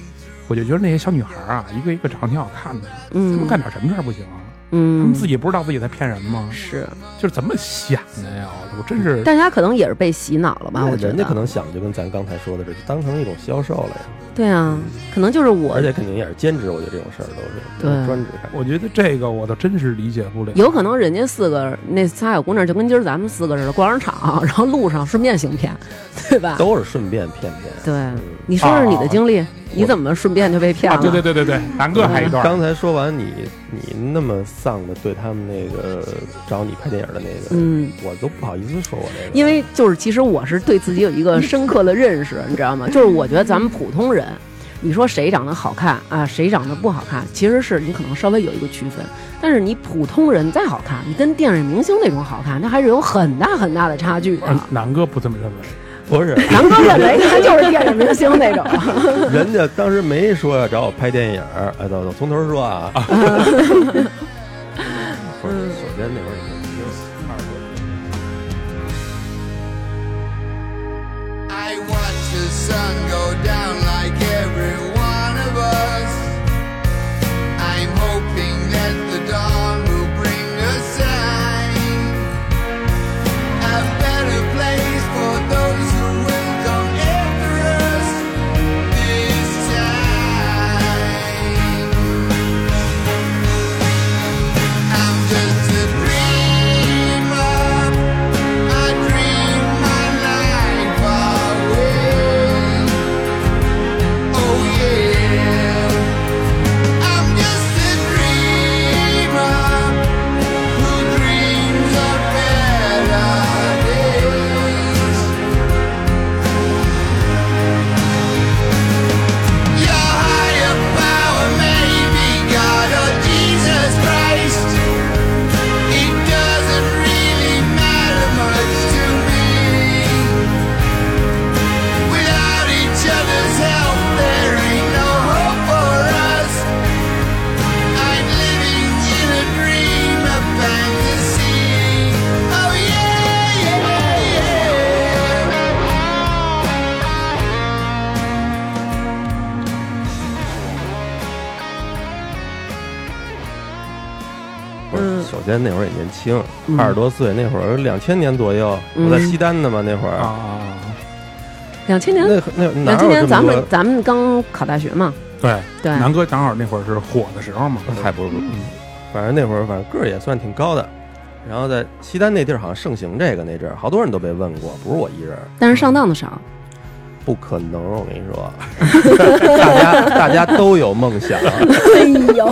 我就觉得那些小女孩啊，一个一个长得挺好看的，他们嗯干点什么事儿不行啊？他嗯们，自己不知道自己在骗人吗？是。就是怎么想的呀？我真是，大家可能也是被洗脑了吧？我觉人家得啊可能想就跟咱刚才说的似的，就当成一种销售了呀，对啊，可能就是我而，且肯定也是兼职，我觉得这种事儿都是对专职干。我觉得这个我倒真是理解不了。有可能人家四个那仨小姑娘就跟今儿咱们四个似的，逛商场， 然后路上顺便行骗，对吧？都是顺便骗骗。嗯对，你说说你的经历，你怎么顺便就被骗啊，了？对对对对对，南哥还有一段，刚才说完你你那么丧的对他们那个找你拍电影的那个，嗯，我都不好意思说我这个，因为就是其实我是对自己有一个深刻的认识，你知道吗？就是我觉得咱们普通人，你说谁长得好看啊，谁长得不好看，其实是你可能稍微有一个区分。但是你普通人再好看，你跟电影明星那种好看，那还是有很大很大的差距的。呃南哥不这么认为。不是南哥认为他就是电影明星那种，人家当时没说要找我拍电影儿，哎，等等，从头说 啊。嗯 不是，首先那会儿也没有二十多 I watch the sun go down like every one of us. I'm hoping that the dawn will bring a sign. A better place for those who will come after us this time. I'm just a dreamer. I dream my life away. Oh yeah, I'm just a dreamer who dreams of better days. Your higher power may be God or Jesus Christ. It doesn't really matter much to me. Without each other's help, there ain't no hope for us. I'm living in a dream, a fantasy. Oh yeah, yeah, yeah. 不嗯是，首先那会儿也年轻，二十多岁那会儿，两千年左右，嗯我在西单呢嘛，那会啊儿，啊啊！两千年， 那那哪两千有这年么咱们多？咱们刚考大学嘛，对，对，南哥正好那会儿是火的时候嘛，还不是嗯不是，反正那会儿反正个儿也算挺高的，然后在西单那地儿好像盛行这个那阵儿，好多人都被问过，不是我一人儿，但是上当的少，不可能，我跟你说，大家大家都有梦 想， 哎呦，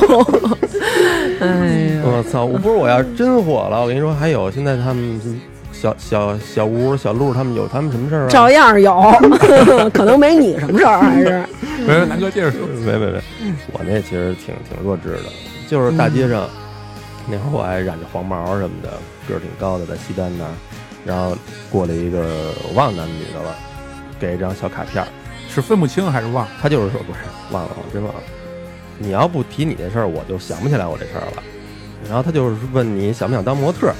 哎呦，我操！我不是我要真火了，我跟你说，还有现在他们小小小吴、小鹿他们有他们什么事儿啊？照样有， 可能没你什么事儿，还是没哎事，南哥接着说。没没没，我那其实挺挺弱智的，就是大街上、那会儿我还染着黄毛什么的，个儿挺高的，在西单那儿，然后过了一个我忘了男的女的了，给一张小卡片儿，是分不清还是忘？他就是说不是忘了，我真忘了。你要不提你这事儿，我就想不起来我这事儿了。然后他就是问你想不想当模特儿，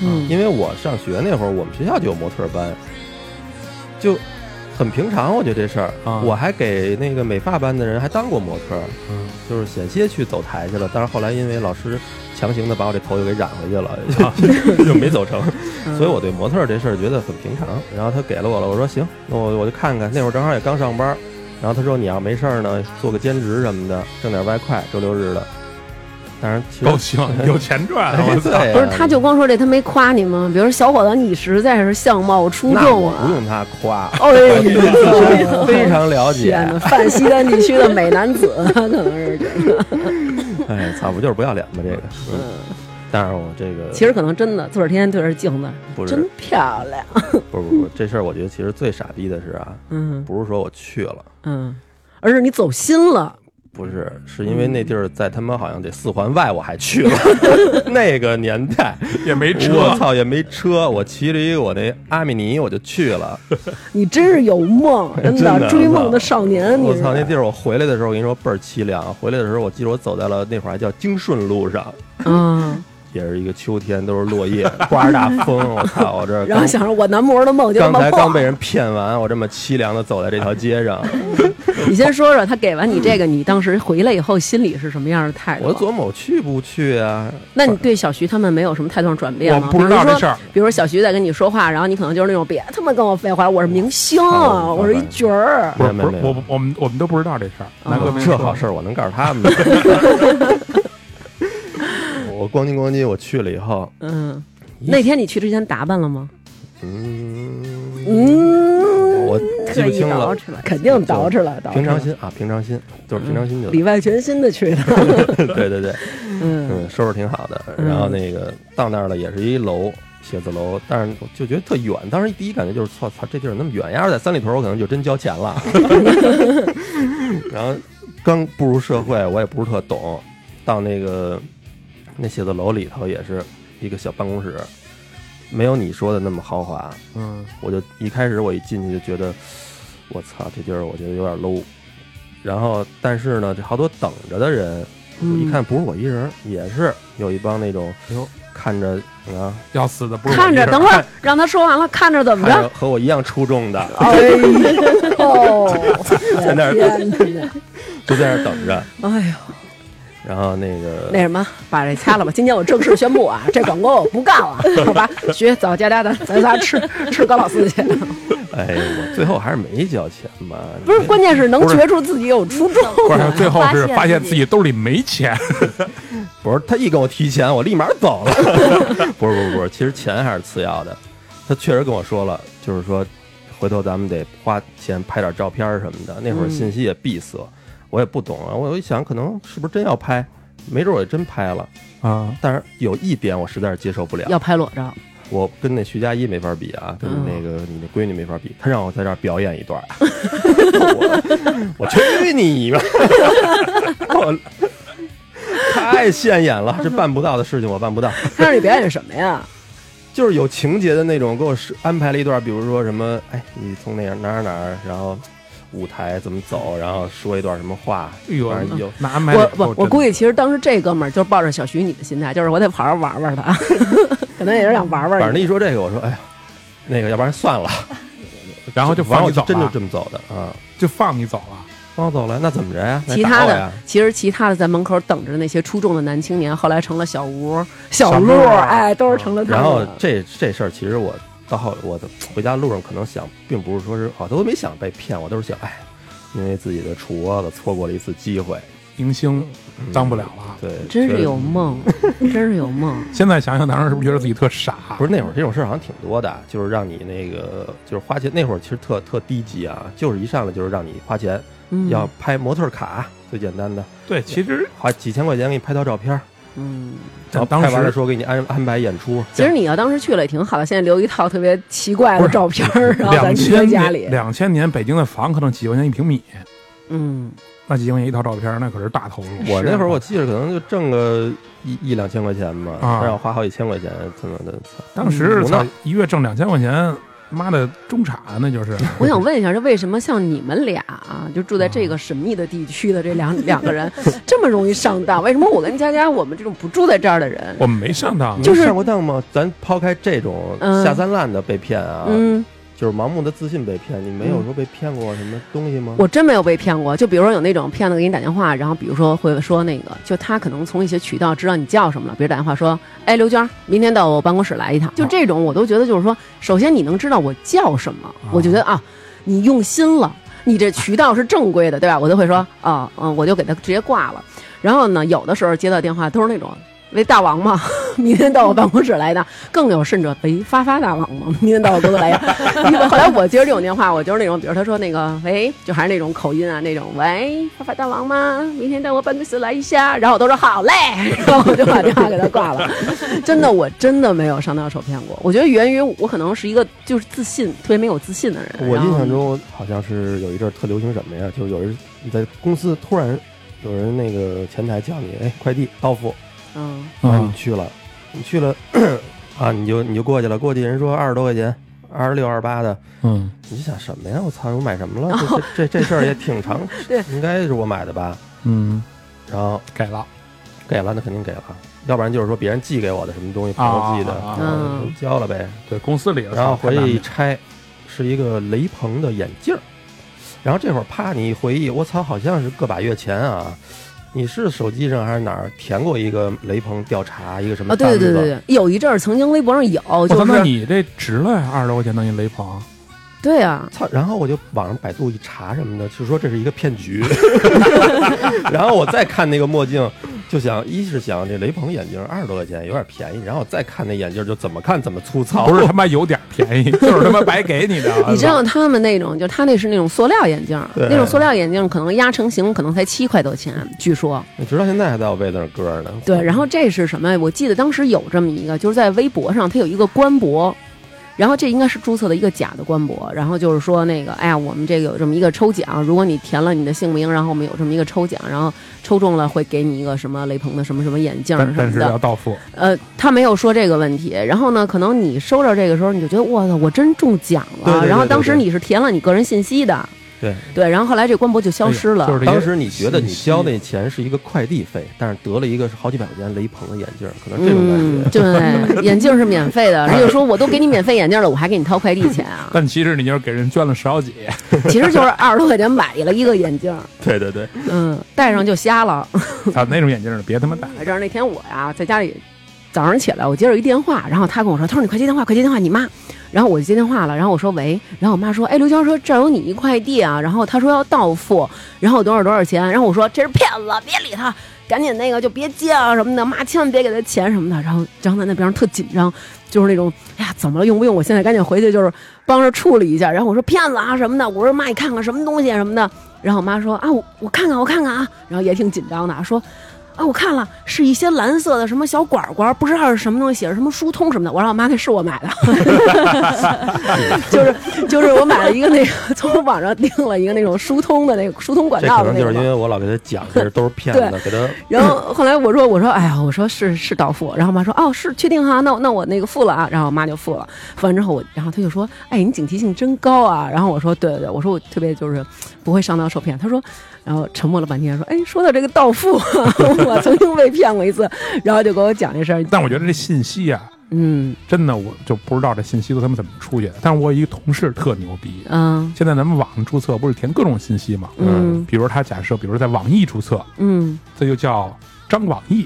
嗯因为我上学那会儿，我们学校就有模特儿班，就很平常。我觉得这事儿，啊我还给那个美发班的人还当过模特儿，嗯就是险些去走台去了，但是后来因为老师强行的把我这头又给染回去了， 就就没走成。嗯所以我对模特儿这事儿觉得很平常。然后他给了我了，我说行，那我我就看看。那会儿正好也刚上班，然后他说你要没事儿呢，做个兼职什么的，挣点外快，周六日的。当然其实高兴，有钱赚，啊哎我对操！呀不是，他就光说这，他没夸你吗？比如说小伙子，你实在是相貌出那众我不啊！用他夸， 哦， 非常了解。天哪，泛西单地区的美男子， 可能是这样。哎，操，不就是不要脸吗？这个，嗯。但是我这个其实可能真的，自个儿天天对着镜子，不是真漂亮。不是不是这事儿，我觉得其实最傻逼的是啊，嗯不是说我去了，嗯，而是你走心了，不是，是因为那地儿在他妈好像得四环外，我还去了。那个年代，也没我车，操，也没车，我骑着一个我那阿米尼我就去了。你真是 有梦，真真的的追梦的少年，你我是操，那地儿我回来的时候，我跟你说倍儿凄凉。回来的时候，我记得我走在了那会儿还叫京顺路上，嗯。也是一个秋天，都是落叶，刮着大风。我操，我这 然后刚想着我男模的梦就这刚么才破刚被人骗完，我这么凄凉的走在这条街上， 你先说说他给完你这个，你当时回来以后心里是什么样的态 度？我琢磨我去不去啊？那你对小徐他们没有什么态度上转变吗？我不知道这事儿比如说，比如说小徐在跟你说话，然后你可能就是那种别他妈跟我废话，我是明星，好好我是一角儿。不是没不有是，没啊有我我们我们都不知道这事儿。南哥没这说好事儿我能告诉他们。我咣叽咣叽，我去了以后，嗯，那天你去之前打扮了吗？嗯，嗯，我记不清了捯。饬了，肯定捯饬了，捯饬了嗯平常心啊，平常心，就是平常心就里行。外全新的去的。对对对，嗯嗯，收拾挺好的。然后那个到那儿了，也是一楼写字楼，但是我就觉得特远。当时第一感觉就是，操操，这地儿那么远，要是在三里屯，我可能就真交钱了。然后刚步入社会，我也不是特懂，到那个那写字楼里头也是一个小办公室，没有你说的那么豪华。嗯，我就一开始我一进去就觉得，我操，这地儿我觉得有点 low。然后，但是呢，这好多等着的人，我一看不是我一人，也是有一帮那种嗯哎呦看着啊，要死的不是我嗯看一着，人等会儿让他说完了，看着怎么看着着？和我一样出众的， 哎呦，在那儿天哪！就在那儿 等着。哎呦。然后那个那什么，把这掐了吧。今天我正式宣布啊，这广告我不干了，好吧？学早加加咱咱仨吃吃高老四去。哎，我最后还是没交钱吧。不是，关键是能觉出自己有出众。不是最后是发发现现自自己己兜里没钱，不是，他一跟我提钱，我立马走 了。不是不是不是，其实钱还是次要的。他确实跟我说了，就是说，回头咱们得花钱拍点照片什么的。那会嗯儿信息也闭塞，我也不懂啊。我一想，可能是不是真要拍，没准我就真拍了。 啊，但是有一点我实在是接受不了，要拍裸照，我跟那徐佳一没法比啊，跟嗯那个你的闺女没法比。她让我在这儿表演一段 儿，我 我去你吧！ 我太显眼了，这办不到的事情我办不到。他让你表演什么呀？就是有情节的那种，给我是安排了一段，比如说什么，哎，你从那样哪儿哪儿，然后舞台怎么走，然后说一段什么话，哎呦反正有，拿安排我的我我估计其实当时这哥们儿就是抱着小徐你的心态，就是我得好好玩玩他， 可能也是想玩反玩正你。一说这个，我说哎呀，那个要不然算了，然后就完放我你就走真就了，这么走的啊，就放你走了。放我走了，那怎么着呀？那其打他我的呀，其实其他的在门口等着那些出众的男青年，后来成了小吴、小鹿，小鹿啊哎，都是成了他然们后了。这这事儿其实我到后我的回家路上可能想，并不是说是好，都没想被骗，我都是想，哎，因为自己的杵窝子错过了一次机会，明星当不了了。对，真觉是得有梦，真是有梦。现在想想，当时是不是觉得自己特傻？不是那会儿这种事儿好像挺多的，啊就是让你那个就是花钱。那会儿其实特特低级啊，就是一上来就是让你花钱，嗯，要拍模特卡，最简单的，对，其实花几千块钱给你拍套照片儿，嗯。然后当拍完了时说给你安安排演出。其实你要当时去了也挺好的，现在留一套特别奇怪不的是照片儿，然后咱两搁千家年里。两千年北京的房可能几块钱一平米，嗯，那几块钱一套照片，那可是大投入。 我那会儿我记着可能就挣个一一两千块钱吧，啊让我花好几千块钱，他妈的，操嗯当时无操奈一月挣两千块钱，妈的中产，啊那就是。我想问一下，这为什么像你们俩啊，就住在这个神秘的地区的这两两个人这么容易上当？为什么我跟佳佳我们这种不住在这儿的人，我们没上当，你就是上过当吗？咱抛开这种嗯下三滥的被骗啊，嗯，就是盲目的自信被骗，你没有说被骗过什么东西吗？我真没有被骗过。就比如说有那种骗子给你打电话，然后比如说会说那个，就他可能从一些渠道知道你叫什么了，比如打电话说，哎，刘娟，明天到我办公室来一趟。就这种，我都觉得就是说，首先你能知道我叫什么，我就觉得啊，你用心了，你这渠道是正规的，对吧？我就会说啊，嗯，我就给他直接挂了。然后呢，有的时候接到电话都是那种。喂，大王吗？ 明天到我办公室来一趟。更有甚者，喂，发发大王吗？ 明天到我公司来一 趟。因为后来我接着这种电话，我就是那种，比如他说那个喂，就还是那种口音啊，那种喂，发发大王吗？明天到我办公室来一下。然后我都说好嘞， 然后我就把电话给他挂了。真的，我真的没有上当受骗过。我觉得源于我可能是一个就是自信特别没有自信的人。我然印后象中好像是有一阵儿特流行什么呀，就有人你在公司突然有人那个前台叫你，哎，快递到付，嗯，，啊然后你去了，你去了 啊，你就你就过去了，过去人说二十多块钱，二十六二十八的，嗯，你就想什么呀？我操，我买什么了？这这这这事儿也挺长 对应该是我买的吧？嗯，然后给了，给了，那肯定给了，要不然就是说别人寄给我的什么东西，朋友寄的，啊啊啊然后嗯就交了呗。对公司里的，然后回去去一拆，是一个雷朋的眼镜儿。然后这会儿啪，你一回忆，我操，好像是个把月前啊，你是手机上还是哪儿填过一个雷朋调查一个什啊，么单对子？对对对对，有一阵儿曾经微博上有，我就哦操，那是你这值了呀，二十多块钱弄一雷朋，对啊，。操！然后我就网上百度一查什么的，就说这是一个骗局。然后我再看那个墨镜，就想一是想这雷朋眼镜二十多块钱有点便宜，然后我再看那眼镜就怎么看怎么粗糙。不是他妈有点 便宜，就是他妈白给你的啊你知道他们那种，就他那是那种塑料眼镜儿，啊对那种塑料眼镜儿可能压成型可能才七块多钱，据说。你直到现在还在我被子上搁着呢。对，然后这是什么呀？我记得当时有这么一个，就是在微博上，它有一个官博，然后这应该是注册的一个假的官博，然后就是说那个，哎呀，我们这个有这么一个抽奖，如果你填了你的姓名，然后我们有这么一个抽奖，然后抽中了会给你一个什么雷朋的什么什么眼镜儿但什但么是的要，到付，呃，他没有说这个问题。然后呢，可能你收到这个时候，你就觉得我操，我真中奖了。对对对然后对当时对你是填了你个人信息的，对对。然后后来这官博就消失了。哎呀就是这些当时你觉得你信息！交那钱是一个快递费，但是得了一个是好几百块钱雷朋的眼镜，可能这种感觉。嗯， 对，眼镜是免费的，人家说我都给你免费眼镜了，我还给你掏快递钱 啊但其实你就是给人捐了十好几，其实就是二十多块钱买了一个眼镜，对对对，嗯，戴上就瞎了。操啊那种眼镜儿别他妈戴。这儿那天我呀在家里，早上起来我接着一电话，然后他跟我说，他说你快接电话，快接电话，你妈。然后我就接电话了，然后我说喂，然后我妈说，哎，刘娇说这儿有你一快递啊，然后她说要到付，然后多少多少钱，然后我说这是骗子，别理他，赶紧那个就别接啊什么的，妈千万别给他钱什么的。然后张楠那边特紧张，就是那种哎呀怎么了，用不用我现在赶紧回去就是帮着处理一下。然后我说骗子啊什么的，我说妈你看看什么东西啊什么的。然后我妈说啊我我看看我看看啊，然后也挺紧张的啊说。啊，我看了，是一些蓝色的什么小管管，不知道是什么东西，写着什么疏通什么的。我让我妈那是我买的， 就是就是我买了一个那个从网上订了一个那种疏通的那个疏通管这道可的能那就个是因嘛。为我老给他讲，这都是骗子，给 他然后后来我说我说哎呀，我说是是到付，然后我妈说哦是确定哈，那我那我那个付了啊，然后我妈就付了，付完之后我，然后她就说哎你警惕性真高啊，然后我说对对对，我说我特别就是不会上当受骗，她说，然后沉默了半天说哎说到这个到付，我曾经被骗过一次，然后就给我讲这事儿，但我觉得这信息啊，嗯真的我就不知道这信息都他妈怎么出去的。但是我有一个同事特牛逼，嗯现在咱们网上注册不是填各种信息嘛？嗯比如他假设，比如在网易注册，嗯这就叫张网易；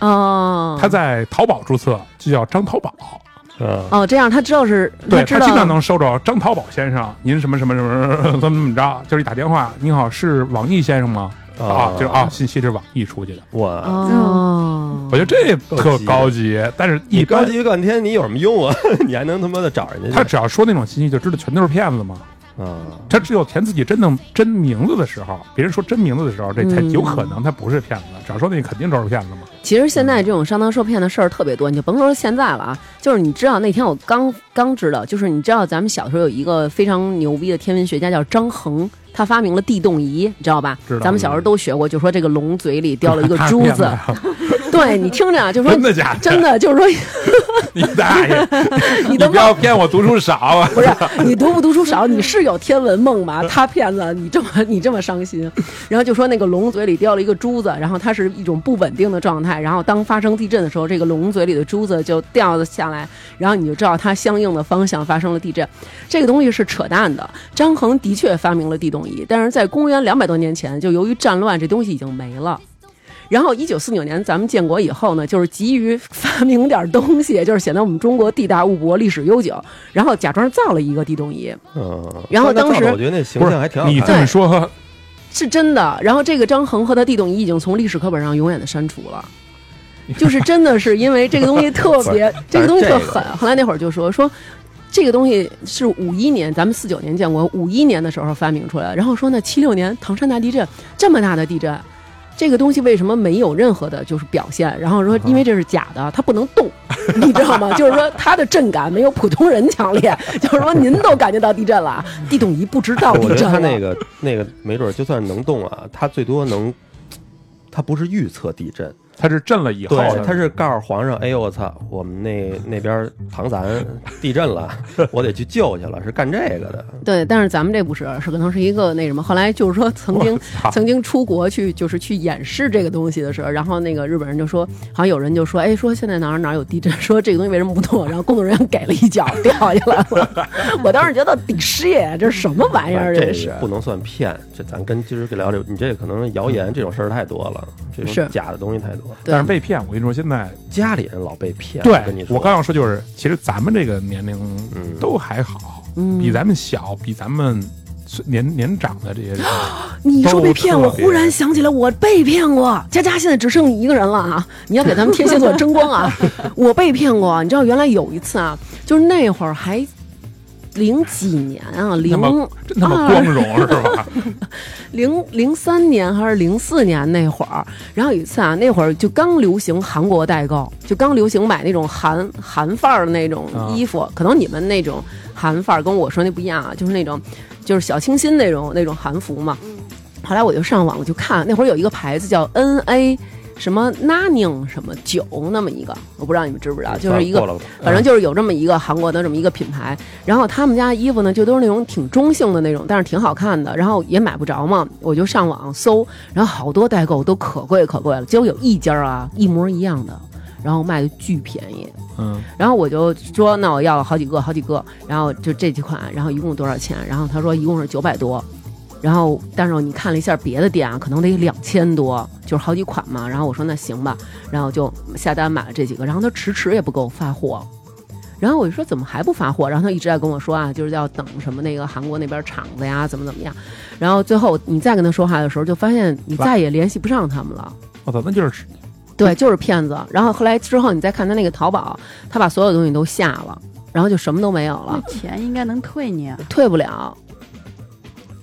哦，他在淘宝注册就叫张淘宝。嗯，哦这样他知道是嗯对知他道经常能收着张淘宝先生，您什么什么什么什么怎么怎么着，就是一打电话，您好，是网易先生吗？啊，就是啊，信息是网易出去的。我。哦我觉得这特高级，但是一你哎高般级半天，你有什么用啊？ 你还能他妈的找人他家去？只要说那种信息，就知道全都是骗子嘛。啊，他只有填自己真正真名字的时候，别人说真名字的时候，这才嗯有可能他不是骗子。只要说那肯定都是骗子嘛。其实现在这种上当受骗的事儿特别多，你就甭说现在了啊，就是你知道那天我刚刚知道，就是你知道咱们小时候有一个非常牛逼的天文学家叫张衡，他发明了地动仪，你知道吧？知道咱们小时候都学过，就说这个龙嘴里叼了一个珠 骗子，子对你听着啊，就说 真的假的？ 真的就是说，你大爷！ 你你的不梦要骗我读书少啊！ 不是你读不读书少，你是有天文梦吗？他骗子，你这么你这么伤心，然后就说那个龙嘴里掉了一个珠子，然后它是一种不稳定的状态，然后当发生地震的时候，这个龙嘴里的珠子就掉了下来，然后你就知道它相应的方向发生了地震。这个东西是扯淡的。张衡的确发明了地动仪，但是在公元两百多年前，就由于战乱，这东西已经没了。然后，一九四九年咱们建国以后呢，就是急于发明点儿东西，就是显得我们中国地大物博、历史悠久，然后假装造了一个地动仪，嗯，然后但是当时造的我觉得那形象还挺好你看这的。，么说，是真的。然后这个张衡和他地动仪已经从历史课本上永远的删除了。就是真的是因为这个东西特别 这个东西特但是这个狠。后来那会儿就说说，这个东西是五一年，咱们四九年建国，五一年的时候发明出来的。然后说呢，七六年唐山大地震这么大的地震，这个东西为什么没有任何的就是表现？然后说，因为这是假的，它不能 动，你知道吗？就是说它的震感没有普通人强烈。就是说您都感觉到地震了，地动仪不知道我地觉得震他了。那个那个没准儿就算能动啊，他最多能，他不是预测地震，他是震了以后的，对，他是告诉皇上，哎呦我操，我们那那边唐咱地震了，我得去救去了，是干这个的。对，但是咱们这不是，是可能是一个那什么。后来就是说，曾经操曾经出国去，就是去演示这个东西的时候，然后那个日本人就说，好像有人就说，哎，说现在哪儿哪儿有地震，说这个东西为什么不动？然后工作人员给了一脚，掉下来了。 我当时觉得抵谢，哎这是什么玩意儿？这是也不能算骗，这咱跟今儿个聊聊，你这可能谣言这种事儿太多了，这是种假的东西太多了。对但是被骗。我跟你说，现在家里人老被骗，对我跟你说，我刚要说就是，其实咱们这个年龄嗯都还好，嗯比咱们小，比咱们年年长的这些人，你一说被骗，都我特别忽然想起来我被骗过。佳佳现在只剩你一个人了啊！你要给咱们天蝎座争 光啊！我被骗过，你知道原来有一次啊，就是那会儿还零几年啊，那零么真他妈光荣是 吧？零零三年还是零四年那会儿，然后有一次啊，那会儿就刚流行韩国代购，就刚流行买那种韩韩范儿的那种啊衣服，可能你们那种韩范儿跟我说那不一样啊，就是那种就是小清新那种那种韩服嘛。后来我就上网我就看，那会儿有一个牌子叫 N A。什么 Naning 什么酒那么一个，我不知道你们知不知道，就是一啊个过了反正就是有这么一个韩国的这么一个品牌，然后他们家衣服呢就都是那种挺中性的那种，但是挺好看的，然后也买不着嘛，我就上网搜，然后好多代购都可贵可贵了，结果有一家啊一模一样的，然后卖的巨便宜，嗯，然后我就说那我要了好几个好几个，然后就这几款，然后一共多少钱？然后他说一共是九百多。然后，但是你看了一下别的店啊，可能得两千多，就是好几款嘛。然后我说那行吧，然后就下单买了这几个。然后他迟迟也不给我发货，然后我就说怎么还不发货？然后他一直在跟我说啊，就是要等什么那个韩国那边厂子呀，怎么怎么样。然后最后你再跟他说话的时候，就发现你再也联系不上他们了。我操，那就是对，就是骗子。然后后来之后，你再看他那个淘宝，他把所有东西都下了，然后就什么都没有了，钱应该能退你啊。退不了。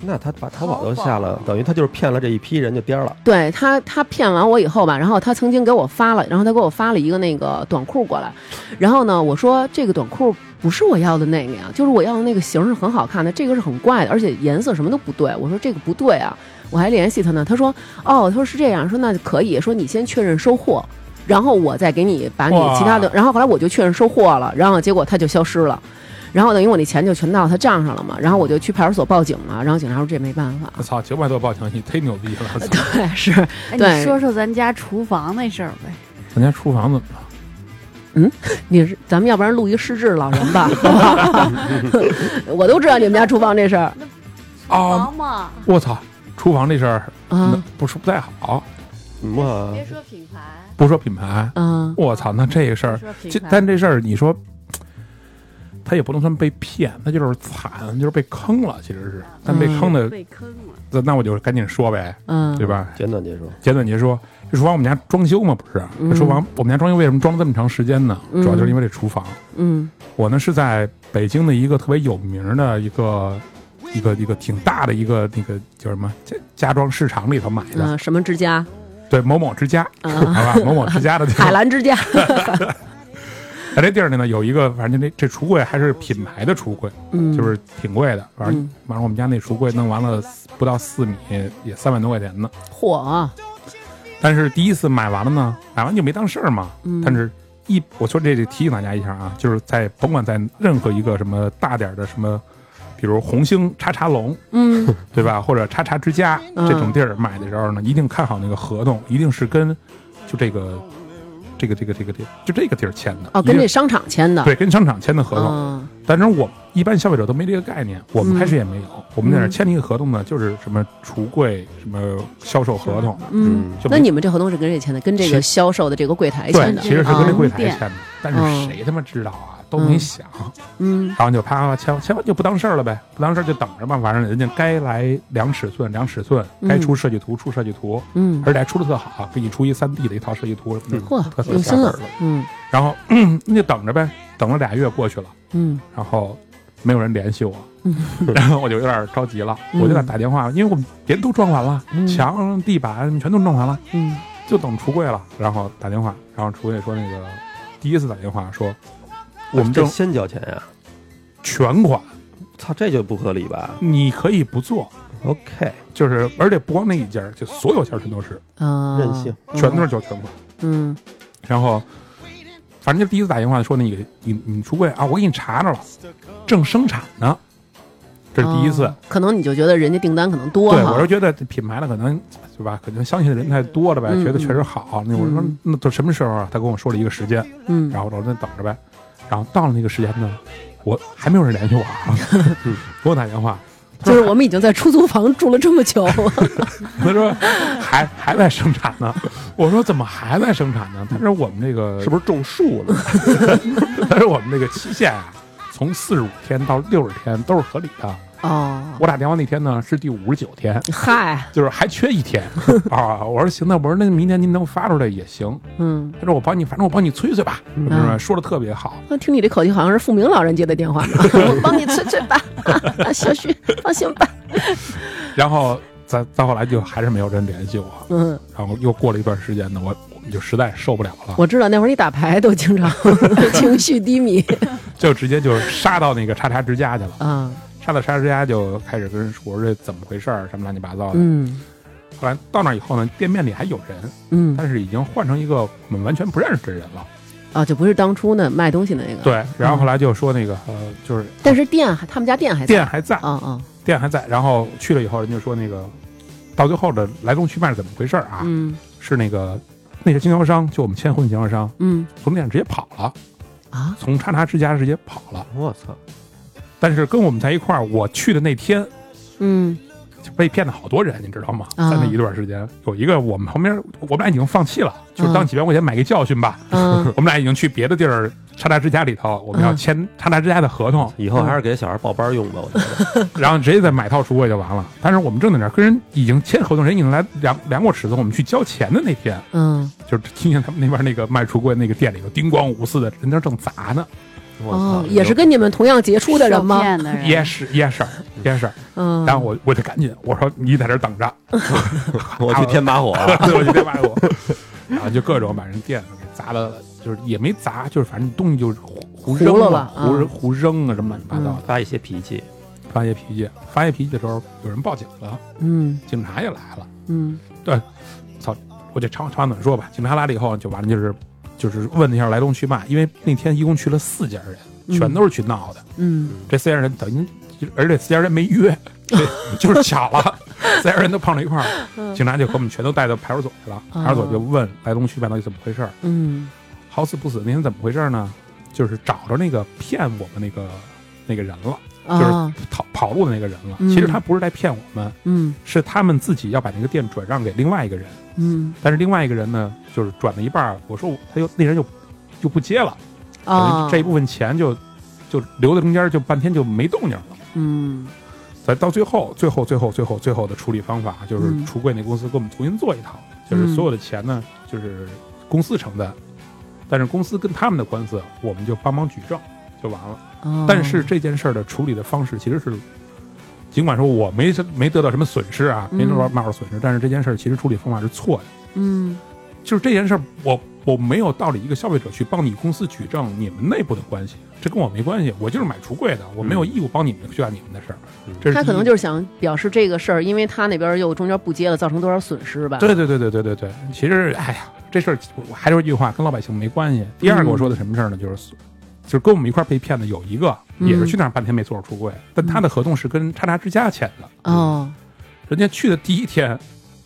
那他把淘宝都下了，等于他就是骗了这一批人就颠儿了。对他，他骗完我以后吧，然后他曾经给我发了，然后他给我发了一个那个短裤过来，然后呢，我说这个短裤不是我要的那个呀，就是我要的那个型是很好看的，这个是很怪的，而且颜色什么都不对。我说这个不对啊，我还联系他呢，他说哦，他说是这样，说那就可以，说你先确认收货，然后我再给你把你其他的，哇然后后来我就确认收货了，然后结果他就消失了。然后等于我那钱就全到他账上了嘛，然后我就去派出所报警了，然后警察说这没办法， 我操，九百多报警，你忒牛逼了！操对，是哎，对你说说咱家厨房那事儿呗。咱家厨房怎么了？你是咱们要不然录一失智老人吧， 好不好？我都知道你们家厨房这事儿哦，嘛，我操，厨房这事儿啊不说不太好，嗯啊，说品牌，不说品牌，啊，我操，那这个事儿说这但这事儿你说，他也不能算被骗，他就是惨，就是被坑了，其实是。但被坑的，被坑了。那那我就赶紧说呗，嗯，对？吧？简短结束。简短截说，这厨房我们家装修嘛，不是？嗯这厨房我们家装修为什么装了这么长时间呢？嗯主要就是因为这厨房。嗯我呢是在北京的一个特别有名的一个一个一个挺大的一个那个叫什么家家装市场里头买的，啊，什么之家？对某某之家，啊好 吧，某某之家的地海方。澜之 家？在这地儿呢，有一个反正这这橱柜还是品牌的橱柜。嗯，就是挺贵的，反正嗯反正我们家那橱柜弄完了不到四米，也三万多块钱呢。火，啊但是第一次买完了呢，买完就没当事儿嘛。嗯但是一，我说这得提醒大家一下啊，就是在甭管在任何一个什么大点儿的什么，比如红星叉叉龙，嗯，对吧？或者叉叉之家嗯这种地儿买的时候呢，一定看好那个合同，一定是跟就这个这个这个这个这个就这个地儿签的哦，跟一这定商场签的，对跟商场签的合同。嗯但是我一般消费者都没这个概念，我们开始也没有，我们在那嗯儿签了一个合同呢，就是什么橱柜什么销售合同，嗯。就那没你们这合同是跟谁签的？跟这个谁销售的这个柜台对签，的其实是跟这柜台嗯签的，但嗯是谁他妈知道啊？都没嗯想，嗯然后就啪啪啪签，签完就不当事儿了呗，不当事儿就等着吧，反正人家该来量尺寸量尺寸，该出设计图出设计图，嗯而且还出的特好、啊给你出一三 D 的一套设计图，嗯嚯特，色用吓心人了，嗯然后嗯那就等着呗，等了俩月过去了，嗯然后没有人联 系我，然后我就有点着急了，嗯我就给他打电话，因为我们别的都装完了，墙、地板全都弄完了，嗯就等橱柜了，然后打电话，然后橱柜说那个第一次打电话说我们这正先交钱呀、全款，操，这就不合理吧你可以不做。 ？OK，就是而且不光那一家儿，就所有家儿全都是，啊，任性，全都是交全款。嗯然后，反正就第一次打电话说那个你你出柜啊，我给你查着了，正生产呢，这是第一次。哦可能你就觉得人家订单可能多对，哈，我是觉得这品牌呢，可能对吧？可能相信的人太多了呗，嗯觉得确实好。那我说嗯那都什么时候啊？他跟我说了一个时间，嗯然后我说那等着呗。然后到了那个时间呢，我还没有人联系我 啊，给我打电话，他就说是我们已经在出租房住了这 么久，他说还还在生产呢， 我说怎么还在生产呢？他说我们这个是不是种树 了？是？他说我们这个期限啊，从四十五天到六十天都是合理的。啊哦，我打电话那天呢是第五十九天，嗨，就是还缺一 天啊。我说行，那我说那明天您能发出来也行。嗯，他说我帮你，反正我帮你催催吧，嗯是不是？说的特别好。那听你这口气好像是富明老人接的电话呢，我帮你催催吧，啊 小徐，放心吧，然后再再后来就还是没有人联系我，嗯，然后又过了一段时间呢，我我们就实在受不了了，我知道那会儿你打牌都经常情绪低迷，就直接就杀到那个叉叉之家去了。啊，杀到莎之家就开始跟人说这怎么回事儿，什么乱七八糟的。嗯后来到那以后呢，店面里还有人，嗯，但是已经换成一个我们完全不认识的人了。啊，就不是当初那卖东西的那个，，对，然后后来就说那个呃，就是嗯但是店还他们家店还在，店还在，啊啊，店还在。然后去了以后，人就说那个到最后的来龙去脉是怎么回事儿啊？嗯是那个那些经销商，就我们签婚的经销商，嗯从店直接跑了，啊，从叉叉之家直接跑了。我操！但是跟我们在一块儿，我去的那天嗯就被骗了好多人，你知道吗？啊在那一段时间，有一个我们旁边，我们俩已经放弃了，就是嗯当几万块钱买个教训吧。啊 我们俩已经去别的地儿叉叉之家里头，我们要嗯签叉叉之家的合同，以后还是给小孩报班用吧，我觉得。然后直接再买套橱柜就完了。但是我们正在那儿跟人已经签合同，人已经来量量过尺寸，我们去交钱的那天，嗯就是听见他们那边那个卖橱柜那个店里头叮咣五四的人家正砸呢，我哦操，，也是跟你们同样杰出的人受吗？骗的人 也是也是也是。嗯，然后我我就赶紧我说你在这儿等着，我去天把火啊，对，我就别骂我。然后就各种把人店给砸了，就是也没砸，就是反正东西就是胡胡扔糊了吧胡嗯胡扔啊，什么乱七八糟的，发一些脾气，发泄脾气。发泄脾气的时候，有人报警了，嗯警察也来了。嗯我就长长话短说吧，警察来了以后，就完了，就是就是问了一下来龙去脉，因为那天一共去了四家人，全都是去闹的。嗯这四家人等于，而且四家人没约，对，就是巧了，四家人都碰到一块儿。警察就把我们全都带到派出所去了，派出所就问来龙去脉到底怎么回事儿。嗯好死不死，那天怎么回事呢？就是找着那个骗我们那个那个人了，啊就是逃跑路的那个人了。嗯其实他不是来骗我们，嗯是他们自己要把那个店转让给另外一个人。嗯但是另外一个人呢，就是转了一半儿，我说我他又那人就就不接了，啊，这一部分钱就就留在中间，就半天就没动静了。嗯咱到最后，最后，最后，最后，最后的处理方法就是嗯橱柜那公司给我们重新做一套，就是嗯所有的钱呢，就是公司承担，但是公司跟他们的官司，我们就帮忙举证就完了。哦但是这件事儿的处理的方式其实是，尽管说我没没得到什么损失啊，没得到多少损失，但是这件事儿其实处理方法是错的。嗯就是这件事儿，我我没有道理一个消费者去帮你公司举证你们内部的关系，这跟我没关系，我就是买橱柜的，我没有义务帮你们去干你们的事儿。这是嗯他可第一能就是想表示啊这个事儿，因为他那边又中间不接了，造成多少损失吧？对对对对对对对，其实哎呀，这事儿我我还是一句话，跟老百姓没关系。嗯第二个我说的什么事儿呢？就是就是跟我们一块儿被骗的有一个，嗯也是去那儿半天没做出出柜，但他的合同是跟叉叉之家签的。哦，人家去的第一天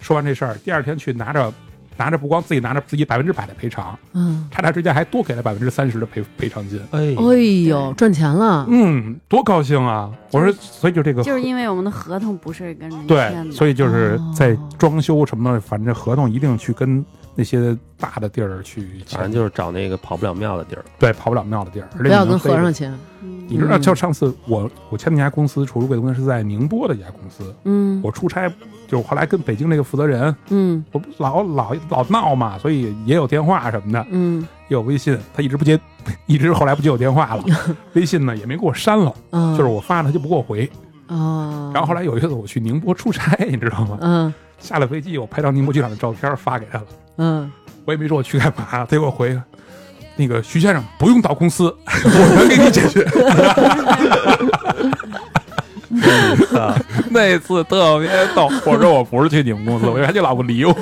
说完这事儿，第二天去拿着拿着不光自己拿着自己百分之百的赔偿，嗯，叉叉之家还多给了百分之三十的赔赔偿金。哦哎哎呦，赚钱了，嗯，多高兴啊！我说，所以就这个就是因为我们的合同不是跟人签的，哦对，所以就是在装修什么的，反正合同一定去跟那些大的地儿去反正签，就是找那个跑不了庙的地儿，对，跑不了庙的地儿，而且不要你能跟和飞尚着。签，嗯你知道，嗯就上次我我签那家公司，出入柜的公司是在宁波的一家公司，嗯我出差就是后来跟北京那个负责人，嗯我不老老老闹嘛，所以也有电话什么的，嗯也有微信，他一直不接， 一直后来不接我电话了， 微信呢也没给我删了，嗯，就是我发了他就不给我回。哦，然后后来有一次我去宁波出差，你知道吗？嗯下了飞机我拍张宁波机场的照片发给他了。嗯，我也没说我去干嘛，他给我回那个徐先生不用到公司， 我能给你解决。 那次特别逗，我说我不是去你们公 司，我说他就老不理我。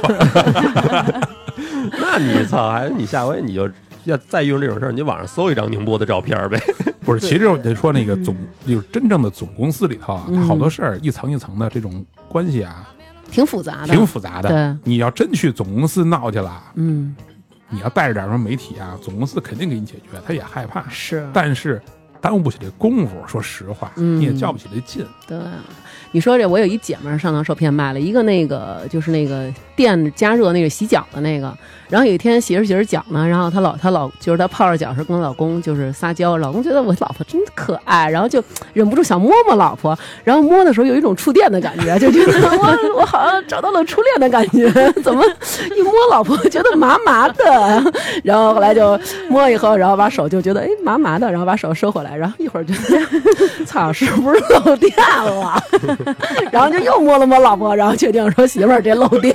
那你操，还你下回你就要再遇上这种事儿，你就网上搜一张宁波的照 片呗。不是，其实我得说那个总，就是真正的总公司里头啊，它好多事儿一层一层的这种关系啊，挺复杂的，挺复杂的对。你要真去总公司闹去了，嗯你要带着点什么媒体啊，总公司肯定给你解决，他也害怕。是，但是耽误不起这功夫，说实话，嗯你也较不起这劲。对，你说这我有一姐们儿上当受骗卖了一个那个就是那个电加热那个洗脚的那个，然后有一天洗着洗着脚呢，然后她老她老就是她泡着脚时候跟她老公就是撒娇，老公觉得我老婆真可爱，然后就忍不住想摸摸老婆，然后摸的时候有一种触电的感觉，就 觉得我我好像找到了初恋的 感觉，怎么一摸老婆觉得麻麻的，然后后来就摸以后，然后把手就觉得哎麻麻的，然后把手收回来，然后一会儿就操是不是漏电了？然后就又摸了摸老婆，然后确定说媳妇儿这漏电。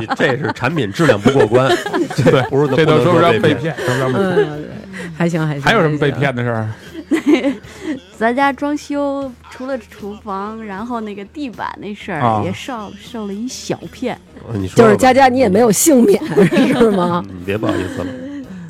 你这是产品质量不过关，对， 不是这都不能说不说上被被骗骗，说不上被骗。嗯，对 还行还行。还有什么被还行骗的事儿？咱家装修除了厨房，然后那个地板那事啊儿也受受了一小骗。哦你说吧嗯就是佳嗯佳，你也没有幸免， 是吗？你别不好意思了。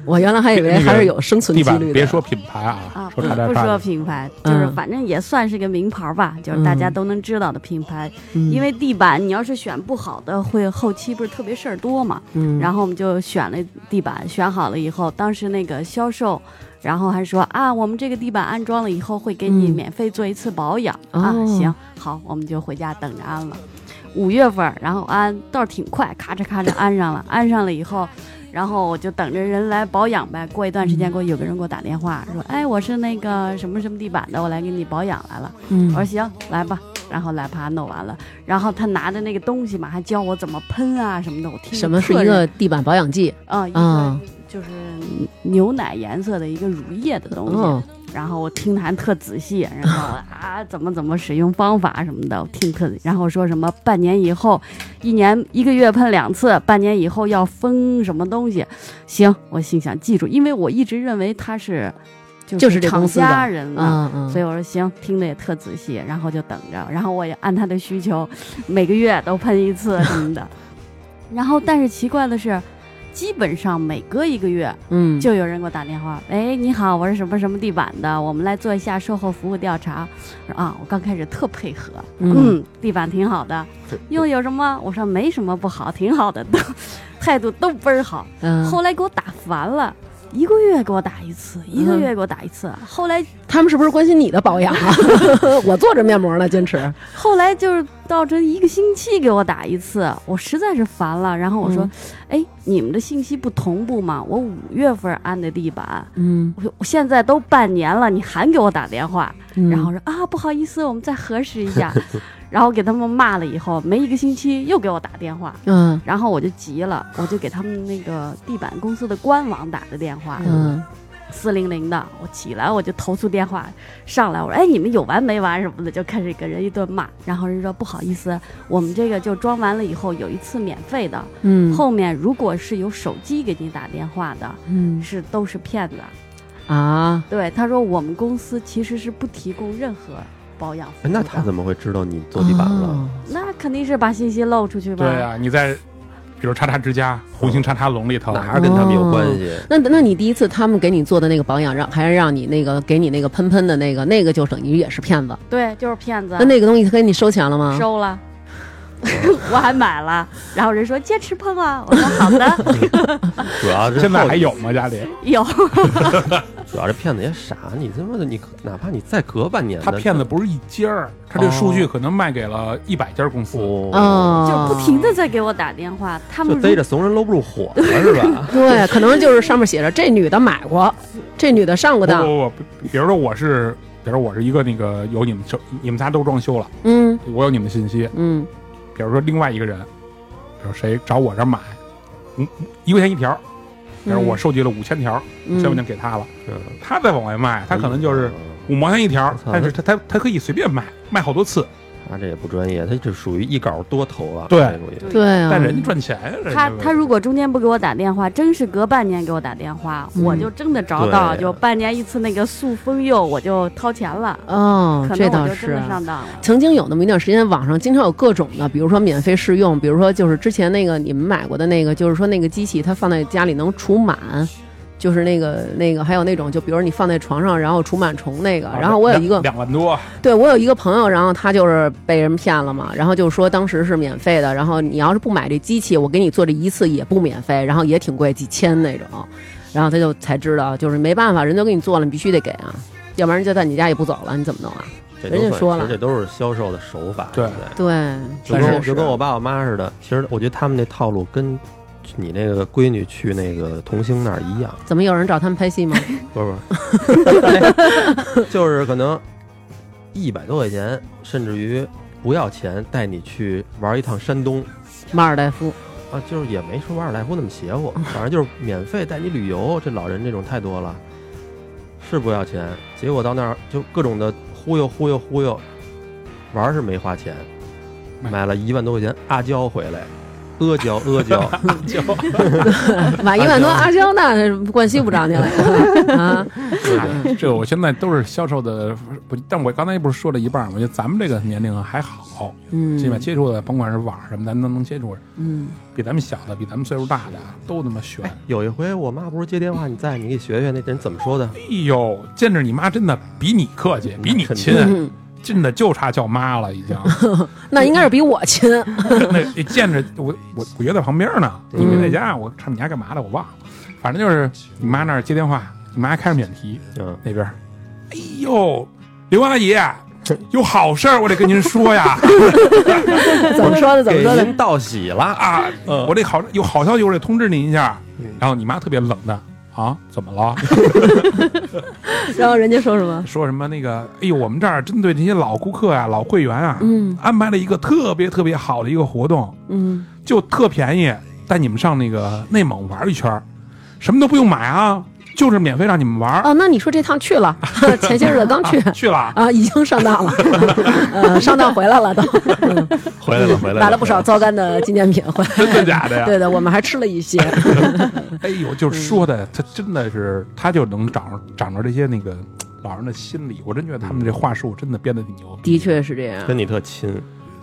我原来还以为那个哎还是有生存地几板率的。别说品牌啊啊，，说不叉叉不叉说的，品牌，就是嗯反正也算是个名牌吧，就是大家嗯都能知道的品牌。嗯，因为地板你要是选不好的，会后期不是特别事儿多嘛。嗯，然后我们就选了地板，选好了以后，当时那个销售，然后还说啊，我们这个地板安装了以后会给你嗯免费做一次保养、哦啊。行，好，我们就回家等着安了。五月份儿，然后安倒是挺快，咔嚓咔嚓安上了，安上了以后。然后我就等着人来保养呗。过一段嗯时间，给我有个人给我打电话说：“哎，我是那个什么什么地板的，我来给你保养来了。”嗯我说行，来吧。然后来把它弄完了，然后他拿着那个东西嘛，还教我怎么喷啊什么的。我听着什么是特一认个地板保养剂？啊，一啊个就是牛奶颜色的一个乳液的东西。哦，然后我听的还特仔细，然后我啊怎么怎么使用方法什么的，我听特仔细。然后说什么半年以后，一年一个月喷两次，半年以后要封什么东西。行，我心想记住，因为我一直认为他是就就是这厂公司的家人嘛。嗯嗯，所以以我说行，听着也特仔细，然后就等着，然后我也按他的需求，每个月都喷一次什么的。然后，但是奇怪的是，基本上每隔一个月嗯，就有人给我打电话，哎，你好，我是什么什么地板的，我们来做一下售后服务调查。我说啊，我刚开始特配合，嗯嗯，地板挺好的，又有什么？我说没什么不好，挺好的，都态度都倍儿好。嗯，后来给我打烦了。一个月给我打一次，一个嗯月给我打一次。后来他们是不是关心你的保养 啊？我做着面膜呢，坚持。后来就是到这一个星期给我打一次，我实在是烦了。然后我说嗯：“哎、你们的信息不同步吗？我五月份安的地板，嗯，我说我现在都半年了，你还给我打电话？”嗯然后说：“啊，不好意思，我们再核实一下。” 然后给他们骂了以后，没一个星期又给我打电话，嗯然后我就急了，我就给他们那个地板公司的官网打的电话。嗯四零零的，我起来我就投诉电话上来，我说哎你们有完没完什么的，就开始给人一顿骂，然后人说不好意思，我们这个就装完了以后有一次免费的，嗯后面如果是有手机给你打电话的，嗯是都是骗子。啊，对，他说我们公司其实是不提供任何保养服哎务那的。他怎么会知道你做地板了？哦那肯定是把信息漏出去吧？对啊，你在比如叉叉之家、红星叉叉笼哦里头，哪儿跟他们有关系？那那你第一次他们给你做的那个保养，让还是让你那个给你那个喷喷的那个，那个就等于也是骗子。对，就是骗子那。那个东西他给你收钱了吗？ 收了。我还买了，然后人说坚持喷啊，我说好的，主要是现在还有吗？家里有主要这骗子也傻，你他妈的你哪怕你再隔半年呢，他骗子不是一家儿，他这数据可能卖给了一百家公司。哦，就哦，不停的在给我打电话，他们就如逮着怂人搂不住火了是 吧？对，可能就是上面写着这女的买过，这女的上过不当，不不，比如说我是，比如说我是一个那个有你们就你们仨都装修了，嗯我有你们的信息。嗯比如说另外一个人，比如谁找我这儿买，嗯，一块钱一条，嗯比如我收集了五千条，五千块钱给他了，嗯他再往外卖，他可能就是五嗯毛钱一条我，操但是他他他可以随便卖，卖好多次，他这也不专业，他这属于一稿多投啊，对这属于对啊，但人家赚钱呀。人他家为他如果中间不给我打电话，真是隔半年给我打电话，嗯我就真的着到，对就半年一次那个塑封釉，我就掏钱了，哦，可这能倒我就是真的上当了。曾经有那么一段时间，网上经常有各种的，比如说免费试用，比如说就是之前那个你们买过的那个，就是说那个机器它放在家里能除螨，就是那个那个，还有那种就比如你放在床上然后除螨虫那个。然后我有一个，啊两两万多，对我有一个朋友，然后他就是被人骗了嘛，然后就说当时是免费的，然后你要是不买这机器，我给你做这一次也不免费，然后也挺贵，几千那种。然后他就才知道，就是没办法，人都给你做了，你必须得给啊， 要不然人就在你家也不走了，你怎么弄啊？这人家都算说了其实这都是销售的手法，对现在对，就确跟我实就跟我爸我妈似的，其实我觉得他们那套路跟你那个闺女去那个童星那儿一样，怎么有人找他们拍戏吗？不是不 是，就是可能一百多块钱，甚至于不要钱带你去玩一趟山东马尔代夫，啊，就是也没说瓦尔代夫那么邪乎，反正就是免费带你旅游，这老人这种太多了，是不要钱，结果到那儿就各种的忽悠忽悠忽悠，玩儿是没花钱，买了一万多块钱阿胶回来。阿胶，阿胶， 买一万多阿胶那冠希不找你了呀啊？哎这我现在都是销售的，不，但我刚才不是说了一半儿吗，我觉得咱们这个年龄还好，嗯起码接触的，甭管是网什么，咱都能接触。嗯，比咱们小的，比咱们岁数大的，都他妈悬。哎有一回我妈不是接电话，你在，你给学学那人怎么说的？呦，见着你妈真的比你客气，比你 亲，真的就差叫妈了，已经。那应该是比我 亲。那哎见着我，我我约在旁边呢，你嗯没在家，我上你家干嘛的？我忘了，反正就是你妈那儿接电话，你妈开着免提，嗯，那边儿，哎呦，刘阿姨，有好事儿我得跟您说 呀。怎么说的？怎么给说的？您道喜了，啊，我这好有好消息，我得通知您一下。然后你妈特别冷的啊，怎么了？ 然后人家说什么？说什么那个，哎呦，我们这儿针对这些老顾客啊、老会员啊，嗯安排了一个特别特别好的一个活动，嗯，就特便宜，带你们上那个内蒙玩一圈儿，什么都不用买啊，就是免费让你们玩儿。哦，那你说这趟去了， 前些日子刚去啊去 了，啊，已经上当了，呃，上当回来了都， 回来了，回来了，买了不少糟干的纪念品回真来。的假的呀？对的，我们还吃了一些。哎呦，嗯就是说的，他真的是，他就能掌掌着这些那个老人的心理。我真觉得他们这话术真的编的挺牛逼。的确是这样。跟你特亲，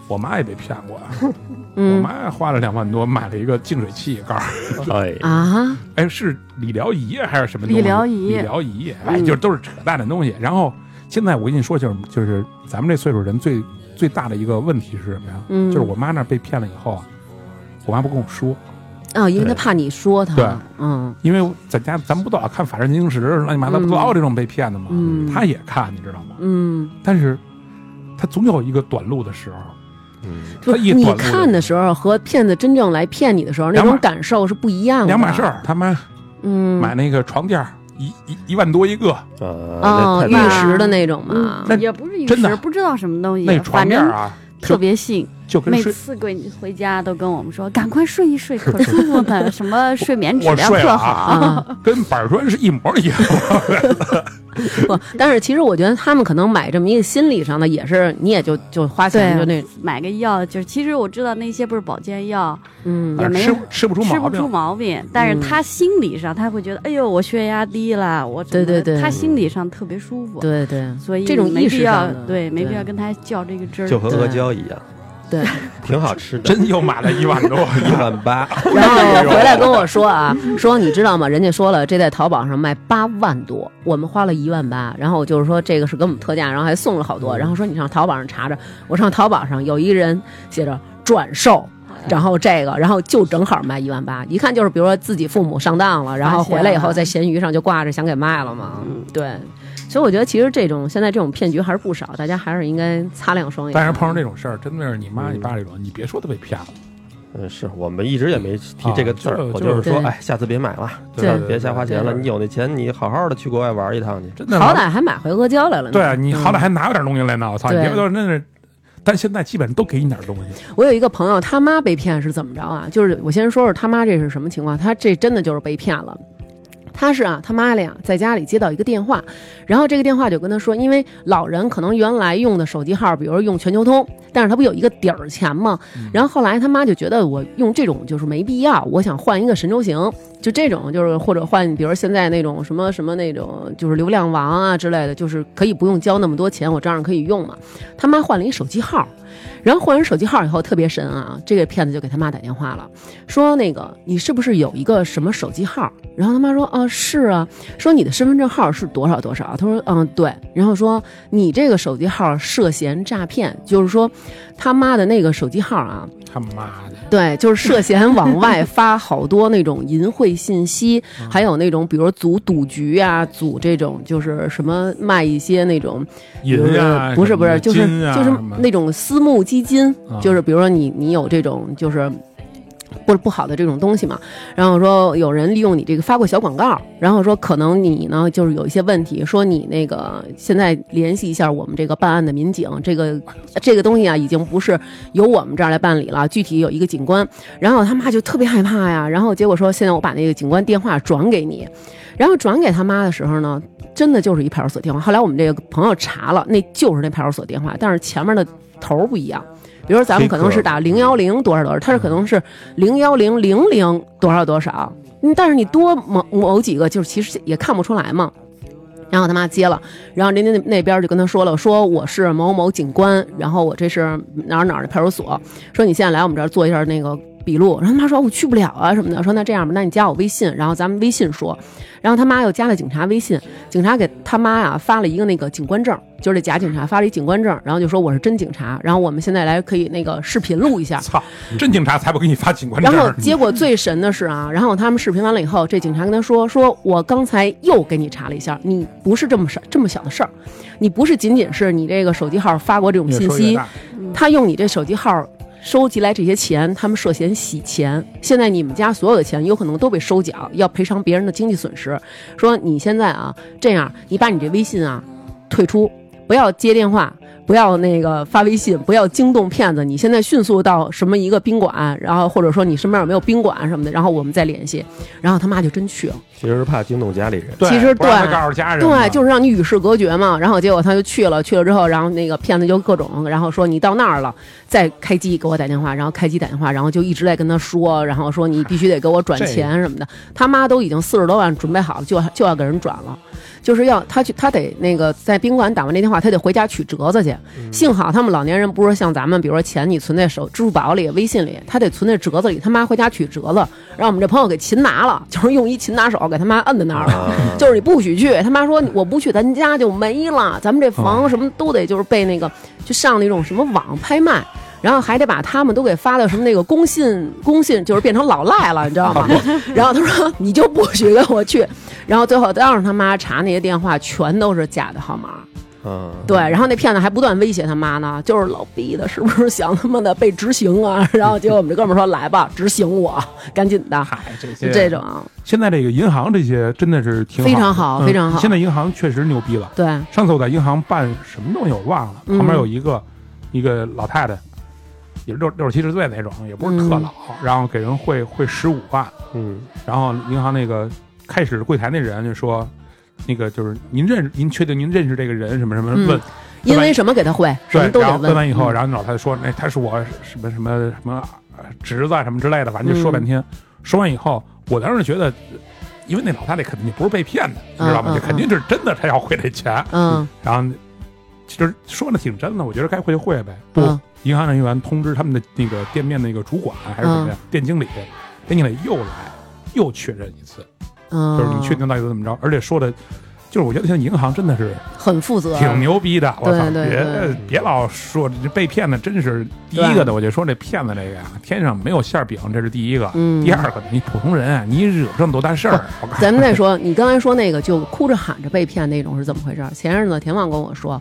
我妈也被骗过，啊我 嗯妈花了两万多买了一个净水器盖儿，哎，啊，哎，是理疗仪啊还是什么东西？理疗仪嗯理疗仪，哎，就都是扯淡的东西。然后现在我跟你说，就是就是咱们这岁数人最最大的一个问题是什么呀？嗯就是我妈那儿被骗了以后啊，我妈不跟我说，哦，因为对他怕你说他对。嗯因为在家咱们不都老看《法制进行时》乱七八糟不老有这种被骗的吗？嗯她也看，你知道吗？嗯。但是她总有一个短路的时候，嗯，不她是一你短路看的时候和骗子真正来骗你的时候，那两码种感受是不一样的。两码事。儿。他妈嗯，买那个床垫儿一一一万多一个，啊，那，哦玉太大石的那种嘛。那也不是一真的时不知道什么东那西，床反垫正儿啊，特别信。就跟每睡次闺回家都跟我们说，赶快睡 一睡，可舒服了，什么睡眠质我量睡了特啊好。啊，跟板砖是一模一样。不，但是其实我觉得他们可能买这么一个心理上的，也是你也就就花钱对，就那，买个药，就是其实我知道那些不是保健药，嗯也 没吃不吃不出吃毛不出病。毛病，但嗯是他心理上他会觉得，哎呦，我血压低了，我怎么对对对他心理上特别舒服，对对，所以这种没意识必要上的对，没对必要跟他较这个真儿，就和阿胶一样，对对，挺好吃的，真又买了一万多，一万八， 然后回来跟我说啊，说你知道吗？人家说了，这在淘宝上卖八万多，我们花了一万八。然后我就是说这个是给我们特价，然后还送了好多。然后说你上淘宝上查查，我上淘宝上有一人写着转售。然后这个，然后就正好卖一万八，一看就是，比如说自己父母上当了，然后回来以后在闲鱼上就挂着想给卖了嘛，对。所以我觉得其实这种现在这种骗局还是不少，大家还是应该擦亮双眼。但是碰上这种事儿，真的是你妈你爸这种，你别说他被骗了，嗯，是我们一直也没提这个字儿啊，我就就是是说，对哎，下次别买了，对下次别瞎花钱了。对对对你有那钱，你好好的去国外玩一趟去。真的好歹还买回阿胶来了呢。对啊你嗯好歹还拿着点东西来呢，我操，你对别就是那是。但现在基本都给你点东西，我有一个朋友，他妈被骗是怎么着啊？就是我先说说他妈这是什么情况，他这真的就是被骗了。他是啊，他妈俩在家里接到一个电话，然后这个电话就跟他说，因为老人可能原来用的手机号，比如用全球通，但是他不有一个底儿钱吗？然后后来他妈就觉得我用这种就是没必要，我想换一个神州行，就这种就是或者换，比如现在那种什么什么那种就是流量王啊之类的，就是可以不用交那么多钱，我照样可以用嘛。他妈换了一手机号，然后换完手机号以后特别神啊，这个骗子就给他妈打电话了，说那个你是不是有一个什么手机号？然后他妈说啊是啊，说你的身份证号是多少多少？他说嗯对，然后说你这个手机号涉嫌诈骗，就是说嗯他妈的那个手机号啊，他妈的，对，就是涉嫌往外发好多那种淫秽信息，还有那种比如组赌局啊，组这种就是什么卖一些那种银啊，呃不是不是，就是、什么金啊就是什么那种私募基金，啊就是比如说你你有这种就是。不不好的这种东西嘛，然后说有人利用你这个发过小广告，然后说可能你呢就是有一些问题，说你那个现在联系一下我们这个办案的民警，这个这个东西啊已经不是由我们这儿来办理了，具体有一个警官，然后他妈就特别害怕呀，然后结果说现在我把那个警官电话转给你，然后转给他妈的时候呢，真的就是一派出所电话。后来我们这个朋友查了，那就是那派出所电话，但是前面的头儿不一样。比如说咱们可能是打零幺零多少多少，他是可能是零幺零零零多少多少，嗯但是你多某某几个，就是其实也看不出来嘛。然后他妈接了，然后人家那那边就跟他说了，说我是某某警官，然后我这是哪儿哪儿的派出所，说你现在来我们这儿做一下那个笔录。然后他妈说我去不了啊什么的，说那这样吧，那你加我微信，然后咱们微信说。然后他妈又加了警察微信，警察给他妈呀发了一个那个警官证，就是这假警察发了一警官证，然后就说我是真警察，然后我们现在来可以那个视频录一下。操，真警察才不给你发警官证然儿。后结果最神的是啊，然 后他们视频完了以后，这警察跟他说：“说我刚才又给你查了一下，你不是这么事这么小的事儿，你不是仅仅是你这个手机号发过这种越信说越息大，他用你这手机号收集来这些钱，他们涉嫌洗钱。现在你们家所有的钱有可能都被收缴，要赔偿别人的经济损失。说你现在啊，这样你把你这微信啊退出，不要接电话。不要那个发微信，不要惊动骗子。你现在迅速到什么一个宾馆，然后或者说你身边有没有宾馆什么的，然后我们再联系。然后他妈就真去了。其实是怕惊动家里人，对其实不让他对告诉家人嘛，对，就是让你与世隔绝嘛。然后结果他就去了，去了之后，然后那个骗子就各种，然后说你到那儿了，再开机给我打电话，然后开机打电话，然后就一直在跟他说，然后说你必须得给我转钱什么的。他妈都已经四十多万准备好了，就就要给人转了，就是要他去，他得那个在宾馆打完这电话，他得回家取折子去。幸好他们老年人不是像咱们，比如说钱你存在手支付宝里、微信里，他得存在折子里。他妈回家取折子，让我们这朋友给擒拿了，就是用一擒拿手给他妈摁在那儿了。就是你不许去。他妈说我不去，咱家就没了，咱们这房什么都得就是被那个就上那种什么网拍卖。然后还得把他们都给发到什么那个公信，公信就是变成老赖了，你知道啊吗？ 然后他说你就不许跟我去，然后最后当时他妈查那些电话全都是假的号码，嗯，对，然后那骗子还不断威胁他妈呢，就是老逼的，是不是想他妈的被执行啊？ 然后结果我们这哥们儿说来吧，执行我，赶紧的，嗨，这就些这种，现在这个银行这些真的是挺非的常好嗯非常好现在银行确实牛逼了。对，上次我在银行办什么东西我忘了，嗯旁边有一个一个老太太，也六六十七十岁那种，也不是特嗯老，然后给人汇汇十五万，嗯，然后银行那个开始柜台那人就说。那个就是您认识，您确定您认识这个人什么什么？嗯问因为什么给他会，什么对，都然得后问完以后，嗯然后那老太太说：“那他是我什么什么什么呃侄子啊什么之类的，反正就说嗯半天。说完以后，我当时觉得，因为那老太太肯定不是被骗的，你知道吗？嗯嗯这肯定是真的，她要汇这钱。嗯 然后其实说的挺真的，我觉得该会就会呗。不，嗯银行人员通知他们的那个店面那个主管还是嗯什么呀，店经理，店经理又来又确认一次，嗯，就是你确定到底怎么着，而且说的。就是我觉得现在银行真的是很负责，挺牛逼的，我操！对对对别别老说这被骗的，真是第一个的，我就说这骗子这个呀，天上没有馅饼，这是第一个。嗯第二个，你普通人啊，你惹不上多大事儿。我 告诉你咱们再说，你刚才说那个就哭着喊着被骗那种是怎么回事儿？前日子田旺跟我说，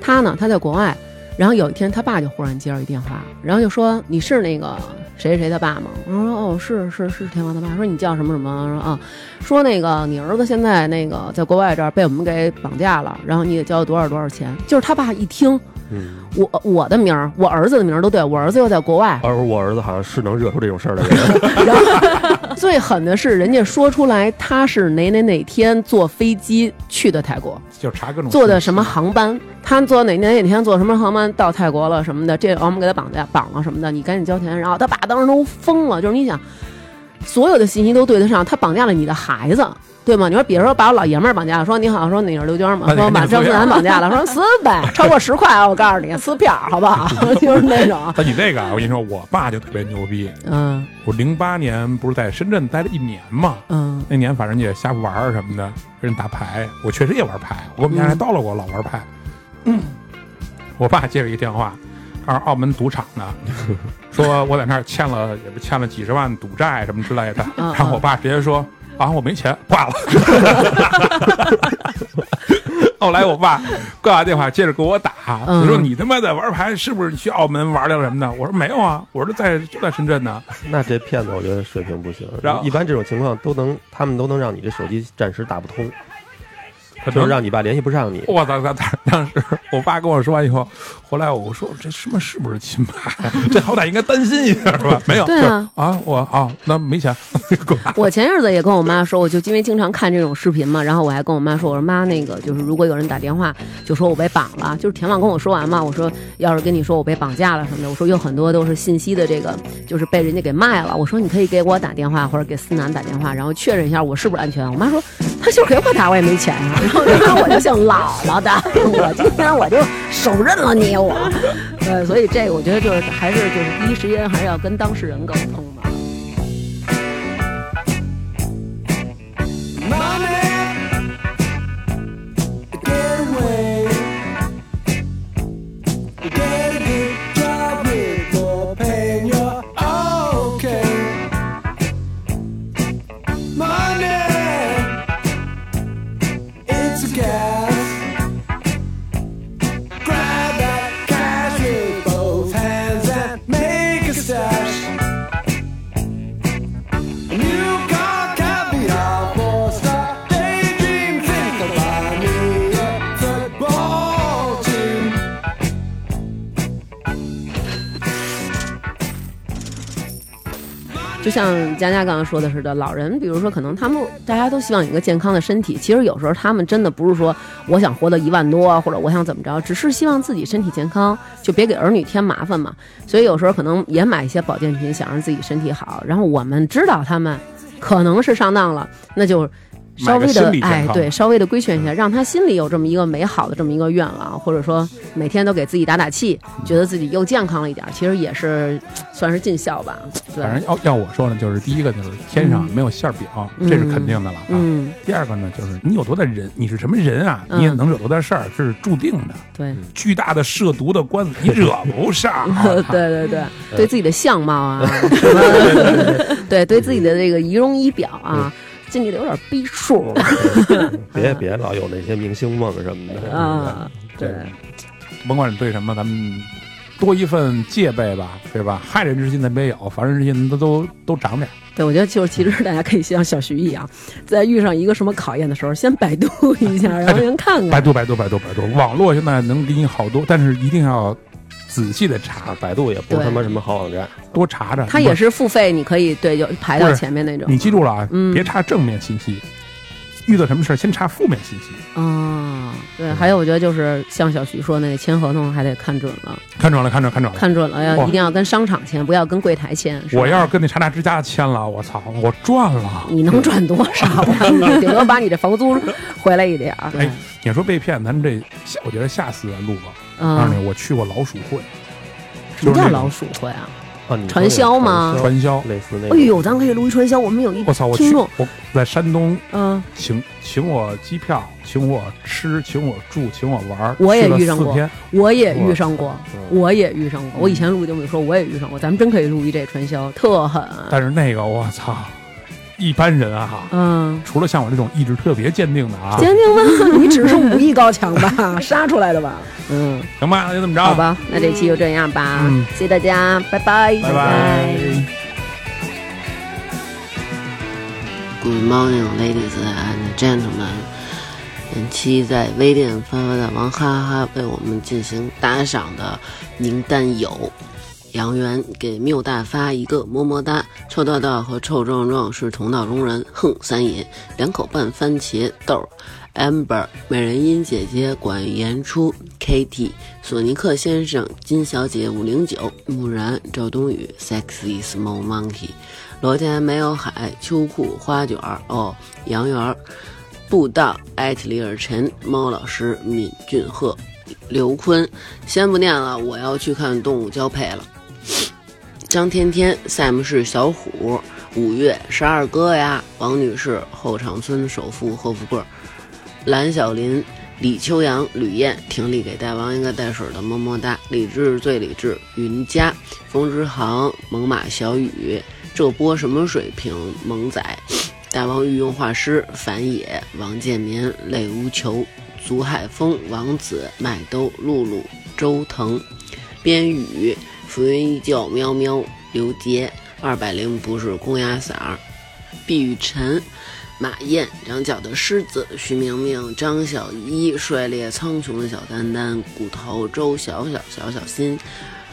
他呢他在国外，然后有一天他爸就忽然接到一电话，然后就说你是那个谁谁谁他爸吗？我说哦是是是田旺他爸。说你叫什么什么？说啊，说那个你儿子现在那个在国外这儿被我们给绑架了，然后你得交多少多少钱。就是他爸一听嗯，我我的名儿，我儿子的名儿都对，我儿子又在 国外，而我儿子好像是能惹出这种事儿的人，然后最狠的是，人家说出来他是哪哪哪天坐飞机去的泰国，就查各种坐的什么航班，他坐哪哪哪天坐什么航班到泰国了什么的，这我们给他绑架绑了什么的，你赶紧交钱。然后他爸当时都疯了，就是你想，所有的信息都对得上，他绑架了你的孩子。对吗？你说，比如说把我老爷们儿绑架了，说你好，说你是刘娟吗？把你说我把那个啊张思楠绑架了，说撕呗，超过十块啊，我告诉你，撕票好不好？ 就是那种，但你这个啊，我跟你说，我爸就特别牛逼。嗯我零八年不是在深圳待了一年嘛，嗯那年反正也瞎玩儿什么的，跟人打牌，我确实也玩牌，我跟我们家嗯人还叨了我老玩牌。我爸接了一个电话，他是澳门赌场的，说我在那儿欠了也不欠了几十万赌债什么之类的，嗯然后我爸直接说啊我没钱挂了。 后来我爸挂完电话，接着给我打，嗯我说你他妈在玩牌是不是去澳门玩了什么的？我说没有啊，我说在就在深圳呢。 那这骗子我觉得水平不行。然后一般这种情况都能，他们都能让你这手机暂时打不通，可就能是让你爸联系不上 你。我操！当当当时我爸跟我说完以后，后来我说这他妈是不是亲爸呀？这好歹应该担心一下吧？没有，对啊就是啊，我啊，那没钱， 滚 我前日子也跟我妈说，我就因为经常看这种视频嘛，然后我还跟我妈说，我说妈，那个就是如果有人打电话就说我被绑了，就是田旺跟我说完嘛，我说要是跟你说我被绑架了什么的，我说有很多都是信息的这个就是被人家给卖了，我说你可以给我打电话或者给思南打电话，然后确认一下我是不是安全。我妈说他就是给我打，我也没钱呀、然后然后我就像姥姥的， 我今天我就手刃了你我， 呃，所以这个我觉得就是还是就是第一时间还是要跟当事人沟通嘛。就像佳佳刚刚说的似的，老人，比如说，可能他们大家都希望有一个健康的身体。其实有时候他们真的不是说我想活到一万多啊，或者我想怎么着，只是希望自己身体健康，就别给儿女添麻烦嘛。所以有时候可能也买一些保健品，想让自己身体好。然后我们知道他们可能是上当了，那就稍买个微的心理健哎康，嗯对，稍微的规劝一下，让他心里有这么一个美好的这么一个愿望，或者说每天都给自己打打气，觉得自己又健康了一点儿，其实也是算是尽孝吧。对，反正要要我说呢，就是第一个就是天上没有馅儿饼，这是肯定的了啊。嗯，第二个呢，就是你有多大人，你是什么人啊，嗯你也能惹多大事儿，这是注定的。对。 巨大的涉毒的官司，你惹不上。啊对对对，呃对自己的相 貌啊，什么对对自己的这个仪容仪表啊，嗯尽力的有点逼数 啊别别老有那些明星梦什么嗯的。啊， 对，甭管你对什么，咱们多一份戒备吧，对吧？害人之心咱别有，防人之心咱都都都长点儿。对我觉得就是其实大家可以像小徐一样， 在遇上一个什么考验的时候，先百度 一下，然后先看百看。度，百度，百度，百度，网络现在能给你好多，但是一定要仔细的查啊，，百度也不是对他妈什么好网站，多查查。它也是付费，你可以对就排不到是前面那种。你记住了啊，嗯别查正面信息。遇到什么事儿先查负面信息，啊，对，还有我觉得就是像小徐说的那签合同还得看准了，看准了，看准了，看准了。看准了要哇一定要跟商场签，不要跟柜台签。是吧我要是跟那查查之家签了，我操，我赚了。你能赚多少 啊？你顶多把你这房租回来一点儿。哎，你说被骗，咱们这下我觉得下次录吧。告诉嗯，你，我去过老鼠会，什么就是那叫种老鼠会啊？哦你说传销吗传传销销。类似那哎种。呦，咱可以录一传销。我们有一我操，我听去，众，我在山东嗯，请请我机票，请我吃，请我住，请我玩儿，我也去了遇上过四天，我也遇上过，嗯我也遇上过。我以前录节目里说我也遇上过，咱们真可以录一这传销，特狠。但是那个我操，一般人啊，嗯，除了像我这种意志特别坚定的啊，坚定吗？你只是武艺高强吧， 杀出来的吧？嗯，行吧，那就这么着，好吧，那这期就这样吧啊嗯，谢谢大家，拜拜，拜拜 Good morning, ladies and gentlemen。本期在微店发发大王哈哈为我们进行打赏的名单有：杨元给缪大发一个么么哒，臭豆豆和臭壮壮是同道中人，哼三爷，两口半番茄豆，amber 美人音姐姐管言初，Kitty 索尼克先生金小姐五零九木然赵冬雨 sexy small monkey。罗家没有海，秋裤花卷儿哦，杨元儿，步道艾特里尔陈，猫老师闵俊赫，刘坤，先不念了，我要去看《动物交配》了。张天天、赛姆士小虎、五月十二哥呀、王女士、后场村首富贺富贵儿、蓝小林、李秋阳、吕燕、婷丽给大王一个带水的么么哒，理智最理智，云佳、冯之航、猛犸小雨、这波什么水平？萌仔、大王御用画师、樊野、王建民、泪无求、足海峰、王子、麦兜、露露、周腾、边宇、浮云依旧、喵喵、刘杰、二百零不是公鸭嗓儿、毕雨辰。马燕、长角的狮子、徐明明、张小一、帅烈苍穹的小丹丹、骨头、周小小、小小新、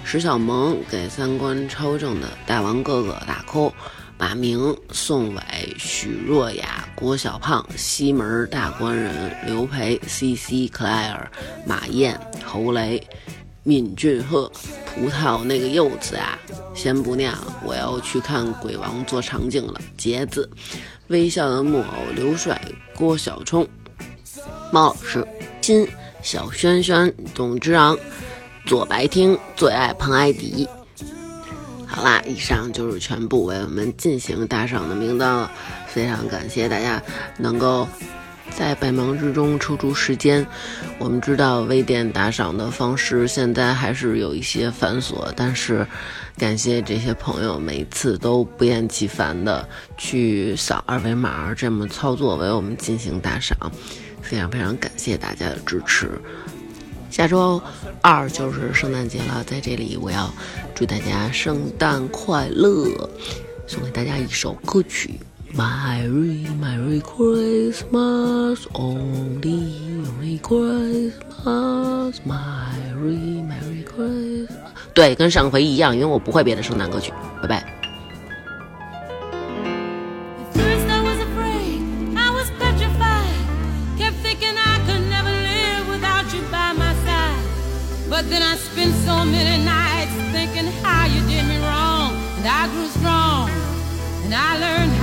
石小萌给三观超正的大王哥哥打 call，马明、宋伟、许若雅、郭小胖、西门大官人、刘培、C C、克莱尔、马燕、侯雷、闵俊赫、葡萄那个柚子啊，先不念了，我要去看鬼王做场景了。杰子、微笑的木偶刘帅、郭小冲、猫老师、金、小轩轩、董之昂。左白厅最爱彭艾迪。好啦，以上就是全部为我们进行打赏的名单了，非常感谢大家能够在百忙之中抽出时间。我们知道微店打赏的方式现在还是有一些繁琐，但是感谢这些朋友每次都不厌其烦的去扫二维码这么操作为我们进行打赏，非常非常感谢大家的支持。下周二就是圣诞节了，在这里我要祝大家圣诞快乐，送给大家一首歌曲《Merry Merry Christmas Only Merry Christmas Merry Merry Christmas》。对，跟上回一样，因为我不会别的圣诞歌曲。拜拜。 At first I was afraid, I was petrified. Kept thinking I could never live without you by my side. But then I spent so many nights thinking how you did me wrong. And I grew strong, and I learned oh oh, oh, Oh,